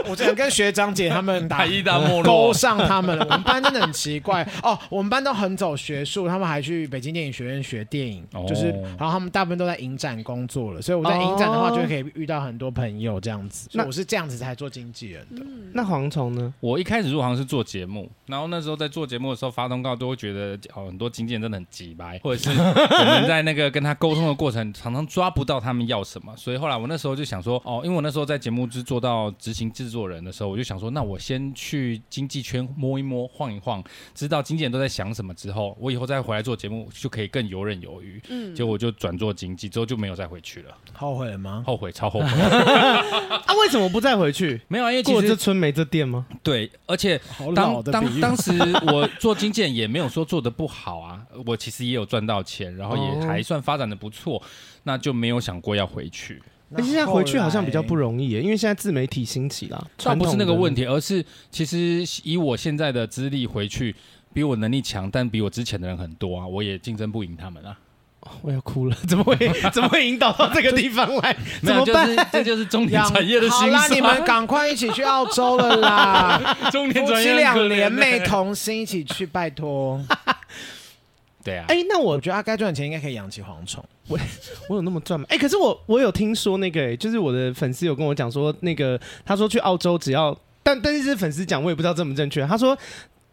我只能跟学长姐他们打
台艺大没落
勾，上他们了。我们班真的很奇怪哦，我们班都很走学术，他们还去北京电影学院学电影，
哦
就是然后他们大部分都在影展工作了，所以我在影展的话
哦
就可以遇到很多朋友这样子。
那
我是这样子才做经纪人的，
嗯
那蝗虫呢？
我一开始入行是做节目，然后那时候在做节目的时候发通告，都会觉得哦，很多经纪人真的很急白，或 者是我们在那个跟他沟通的过程，常常抓不到他们要什么。所以后来我那时候就想说，哦，因为我那时候在节目制做到执行制作人的时候，我就想说，那我先去经纪圈摸一摸、晃一晃，知道经纪人都在想什么之后，我以后再回来做节目就可以更游刃有余。
嗯
结果我就转做经纪，之后就没有再回去了，
后悔了吗？
后悔，超后悔。
啊，为什么不再回去？
没有啊，因为其
过这
实
村没这店吗？
对，而且
好老
当
的比
当
喻。
当时我做经纪人也没有说做的不好啊，我其实也有赚到钱，然后也
哦
还算发展的不错，那就没有想过要回去，
那
欸而且现在回去好像比较不
后来
容易耶，因为现在自媒体兴起啦。
倒不是那个问
题，
题，而是其实以我现在的资历回去，比我能力强，但比我之前的人很多啊，我也竞争不赢他们啊，
我要哭了， 怎么 会怎么会引导到这个地方来？
没
怎
有，
么
就
办？
是这就是中年
养
产业的
好
兴
啦，
衰，
你们赶快一起去澳洲了 啦！
中年
夫
产
妻
业
俩
很可怜
联
欸
袂同心一起去，拜托。
对啊，
哎，那我
我觉得阿该赚的钱应该可以养起蝗虫。
我有那么赚吗？哎、可是我我有听说那个、哎，就是我的粉丝有跟我讲说，那个他说去澳洲只要，但但是这粉丝讲我也不知道正不正确。他说，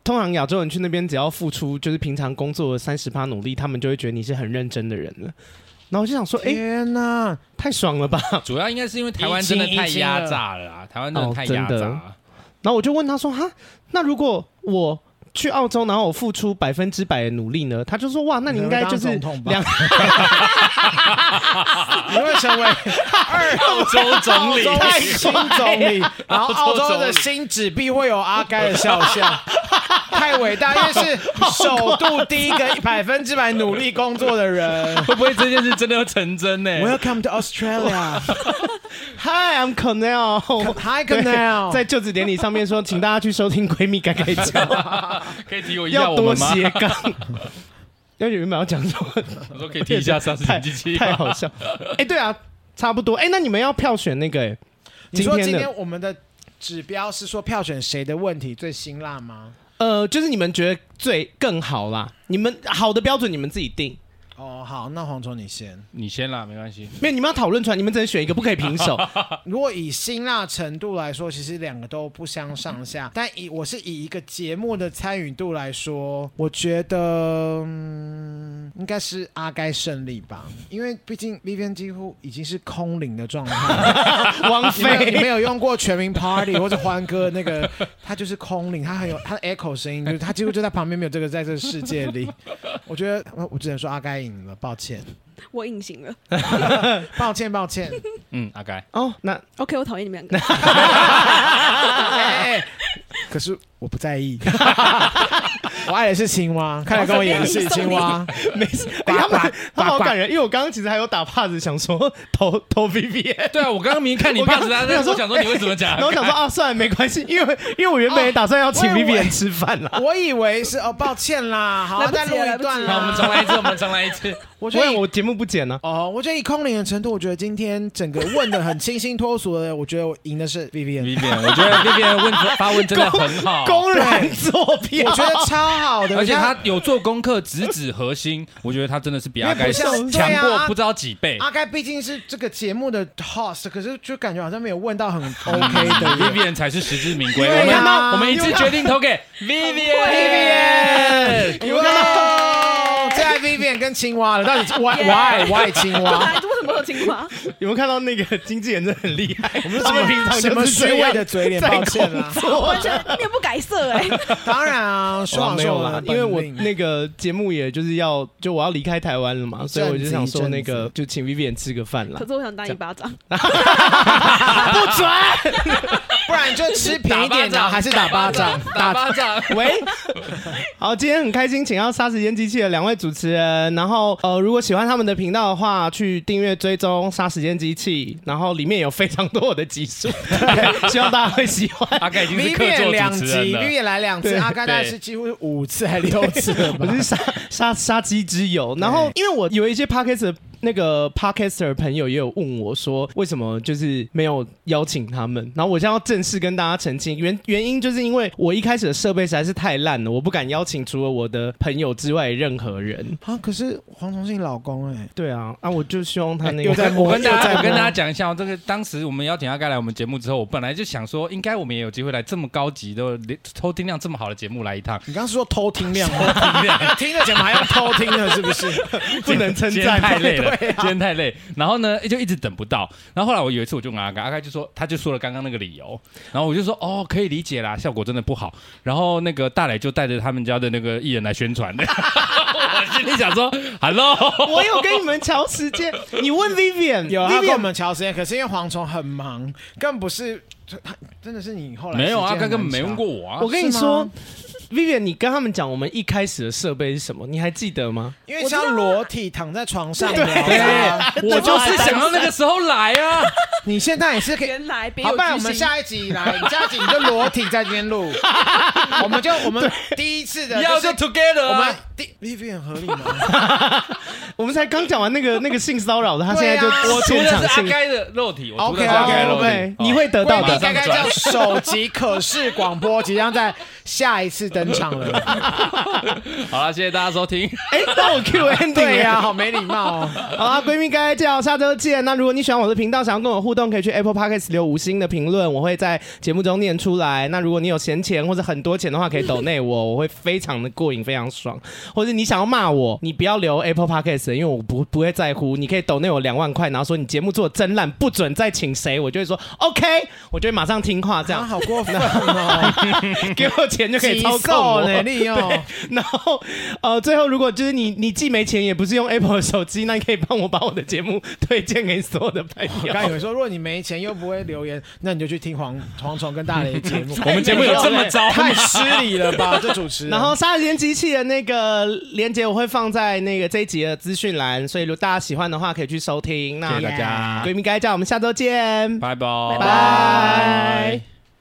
通常亚洲人去那边只要付出就是平常工作三十趴努力，他们就会觉得你是很认真的人了。然后我就想说，
啊
哎、
天哪！
太爽了吧！
主要应该是因为台湾真的
疫情
太
疫情
压
了
榨了啊，台湾真的
哦
太
真
压
的
榨啊了。
然后我就问他说，哈，那如果我去澳洲，然后我付出百分之百的努力呢？他就说，哇，那你应该就是
你会当总统吧
两
你会成为
澳洲总理，
澳洲新总理，然后澳洲
总
的
理
新纸币会有阿该的肖像，太伟大，因为是首度第一个百分之百努力工作的人。
会不会这件事真的要成真呢？
Welcome to Australia,
Hi, I'm Cornell。
Hi
对
Canal。
在就职典礼上面说，请大家去收听《闺蜜改改讲》。
可以提我一下
要
我
多
们吗？
斜杠。 要原本要讲什么？
我说可以提一下三十
太
年机器
太
吗，
好笑。哎、对啊，差不多。哎、那你们要票选那个、哎
你说
今
今
天的
天我们的指标是说票选谁的问题最辛辣吗？
呃，就是你们觉得最更好啦，你们好的标准你们自己定，
哦，好，那黄虫你先。
你先啦，没关系。
没有你们要讨论出来，你们只能选一个，不可以平手。
如果以辛辣程度来说，其实两个都不相上
嗯
下。但以我是以一个节目的参与度来说，我觉得、嗯、应该是阿该胜利吧，因为毕竟 Vivian 几乎已经是空灵的状态。
王
你没有你没
菲，
有用过全民 Party 或者欢歌那个，他就是空灵，他很有他的 echo 声音，就是他几乎就在旁边，没有这个在这个世界里。我觉得我我只能说阿该赢了，抱歉，
我隐形了。
抱歉，抱歉。
嗯，阿该，
哦，那
OK，我讨厌你们两 个。
哎哎 可是我不在意，我爱的是青蛙，看来跟我演的是青蛙。
没事。哎他
呱
们他们好
呱呱
感人，因为我刚刚其实还有打帕子，想说 投投 B B，
对啊，我刚刚明明看你
我
怕
刚
死
我
他，
想
但是
说
我想说你会怎么讲
然？后我想说啊，算了，没关系，因为因为我原本也打算要请
哦
B B
我以为
人吃饭啦。
我以为是哦，抱歉啦，好，
来
那
不及
再
了
录一段
来
好，我们
啦。
重来一次，我们重来一次。
我觉
我
得以
我节目不剪啊呢。
哦，我觉得以空灵的程度，我觉得今天整个问的很清新脱俗的，我觉得我赢的是 Vivian。
Vivian，我觉得 Vivian 问发问真的很 好，
公然作弊，啊
我觉得超好的，
而且
他
他有做功课，直指核心，我觉得他真的是比阿
因为
该
不像
强
对
过
啊
不知道几倍。
阿该毕竟是这个节目的 host，可是就感觉好像没有问到很 OK 的人。
Vivian 才是实至名归。
对啊
我们
啊
我们一致决定投给 Vivian。
有看到
哦，最爱 Vivian 跟青蛙了，到底我爱我爱我爱青 蛙。
来，啊为什么会有青蛙？
有没有看到那个经纪人真的很厉害？我们他
什么
们平常
什么
就是这
虚
样
伪的嘴脸，
在
抱歉啊啦
工。作
完。全面不改色 哎、
当然啊，说
哇
好
没
说
有
啦
啦，，因为我那个节目也就是要就我要离开台湾了嘛，所以我就想说那个就请 Vivian 吃个饭 啦
可。是我想打你一巴掌，
不准！
不然就吃便宜点的，还是打巴 掌。
打巴掌。
喂，好，今天很开心，请到杀时间机器的两位主持人。然后呃，如果喜欢他们的频道的话，去订阅追踪杀时间机器，然后里面有非常多我的集 数，对希望大家会喜欢。
阿该已经是客
Vivian
座
两
主
集
持人啊了。
，Vivian 来两次，
对
阿甘大概是几乎是五次还六 次了吧
我是杀杀杀鸡之友。然后因为我有一些 podcast 的那个 podcaster 朋友也有问我说，为什么就是没有邀请他们？然后我现在要正式跟大家澄清，原原因就是因为我一开始的设备实在是太烂了，我不敢邀请除了我的朋友之外的任何人。
啊，可是黄崇信老公哎，
对啊，啊，我就希望
哎
他那
又在
个。
摸，
我跟大
又在
家，
摸
我跟大家，讲一下哦，这个当时我们邀请阿盖来我们节目之后，我本来就想说，应该我们也有机会来这么高级的、偷听量这么好的节目来一趟。
你刚刚是说偷听量吗？ 听了节目还要偷听呢，是不是？
不能称赞
今天太累 了，今天太累。然后呢，就一直等不到。然后后来我有一次我就问阿盖，阿盖就说，他就说了刚刚那个理由，然后我就说，哦，可以理解啦，效果真的不好。然后那个大磊就带着他们家的那个艺人来宣传的， 我心里想说，Hello，
我有跟你们调时 间，你问 Vivian，
有啊他跟我
Vivian
们调时间，可是因为蝗虫很忙，根本不是他真的是你后来
没有
时
啊，
间
根本
很
没
少
问过我啊
我。跟你
是吗
说，Vivian，你跟他们讲我们一开始的设备是什么，你还记得吗？
因为
我知
是
道
要裸体躺在床上聊
对
啊。，
我就是想要那个时候来啊。
你现在也是可以。
原来别有
好，不然我
居
们
心。
下一集来，你下一集你就裸体在这边录，我们就我们第一次的
要
就
啊就是 together
我们
啊！
第 Vivian 合理吗？
我们才刚讲完那个那个性骚扰的，他现在就
对啊
我除
现
的
场
是阿
性
该的肉体，我除的
OK，OK，OK，
是阿该的肉
OK，
体
OK，，
哦
你会得到
我也
的
是。
刚刚叫首集可视广播即将在下一次登场了。
好了，谢谢大家收 听。
哎，那我 Q ending
对呀、
了
好没礼貌哦。
好啊，闺蜜该叫下周见。那如果你喜欢我的频道，想要跟我互动，可以去 Apple Podcast 留五星的评论，我会在节目中念出来。那如果你有闲钱或者很多钱的话，可以抖内我，我会非常的过瘾，非常爽。或者你想要骂我，你不要留 Apple Podcast，因为我不不会在乎。你可以抖内我两万块，然后说你节目做的真烂，不准再请谁，我就会说 OK，我就会马上听话，这
这样、
样
好过分哦，
给我钱就可以操控我。
呢，哦利用。
然后呃，最后如果就是你你既没钱也不是用 Apple 的手机，那你可以帮我把我的节目推荐给所有的朋
我刚以
友。
为说，如果你没钱又不会留言，那你就去听黄蝗虫跟大雷的节目。
我们节目有这么糟
太失礼了吧，这主持人。
然后杀时间机器的那个链接我会放在那个这一集的资讯栏，所以如果大家喜欢的话可以去收听。那
谢谢大家
闺蜜该叫我们下周见，
拜拜，
拜拜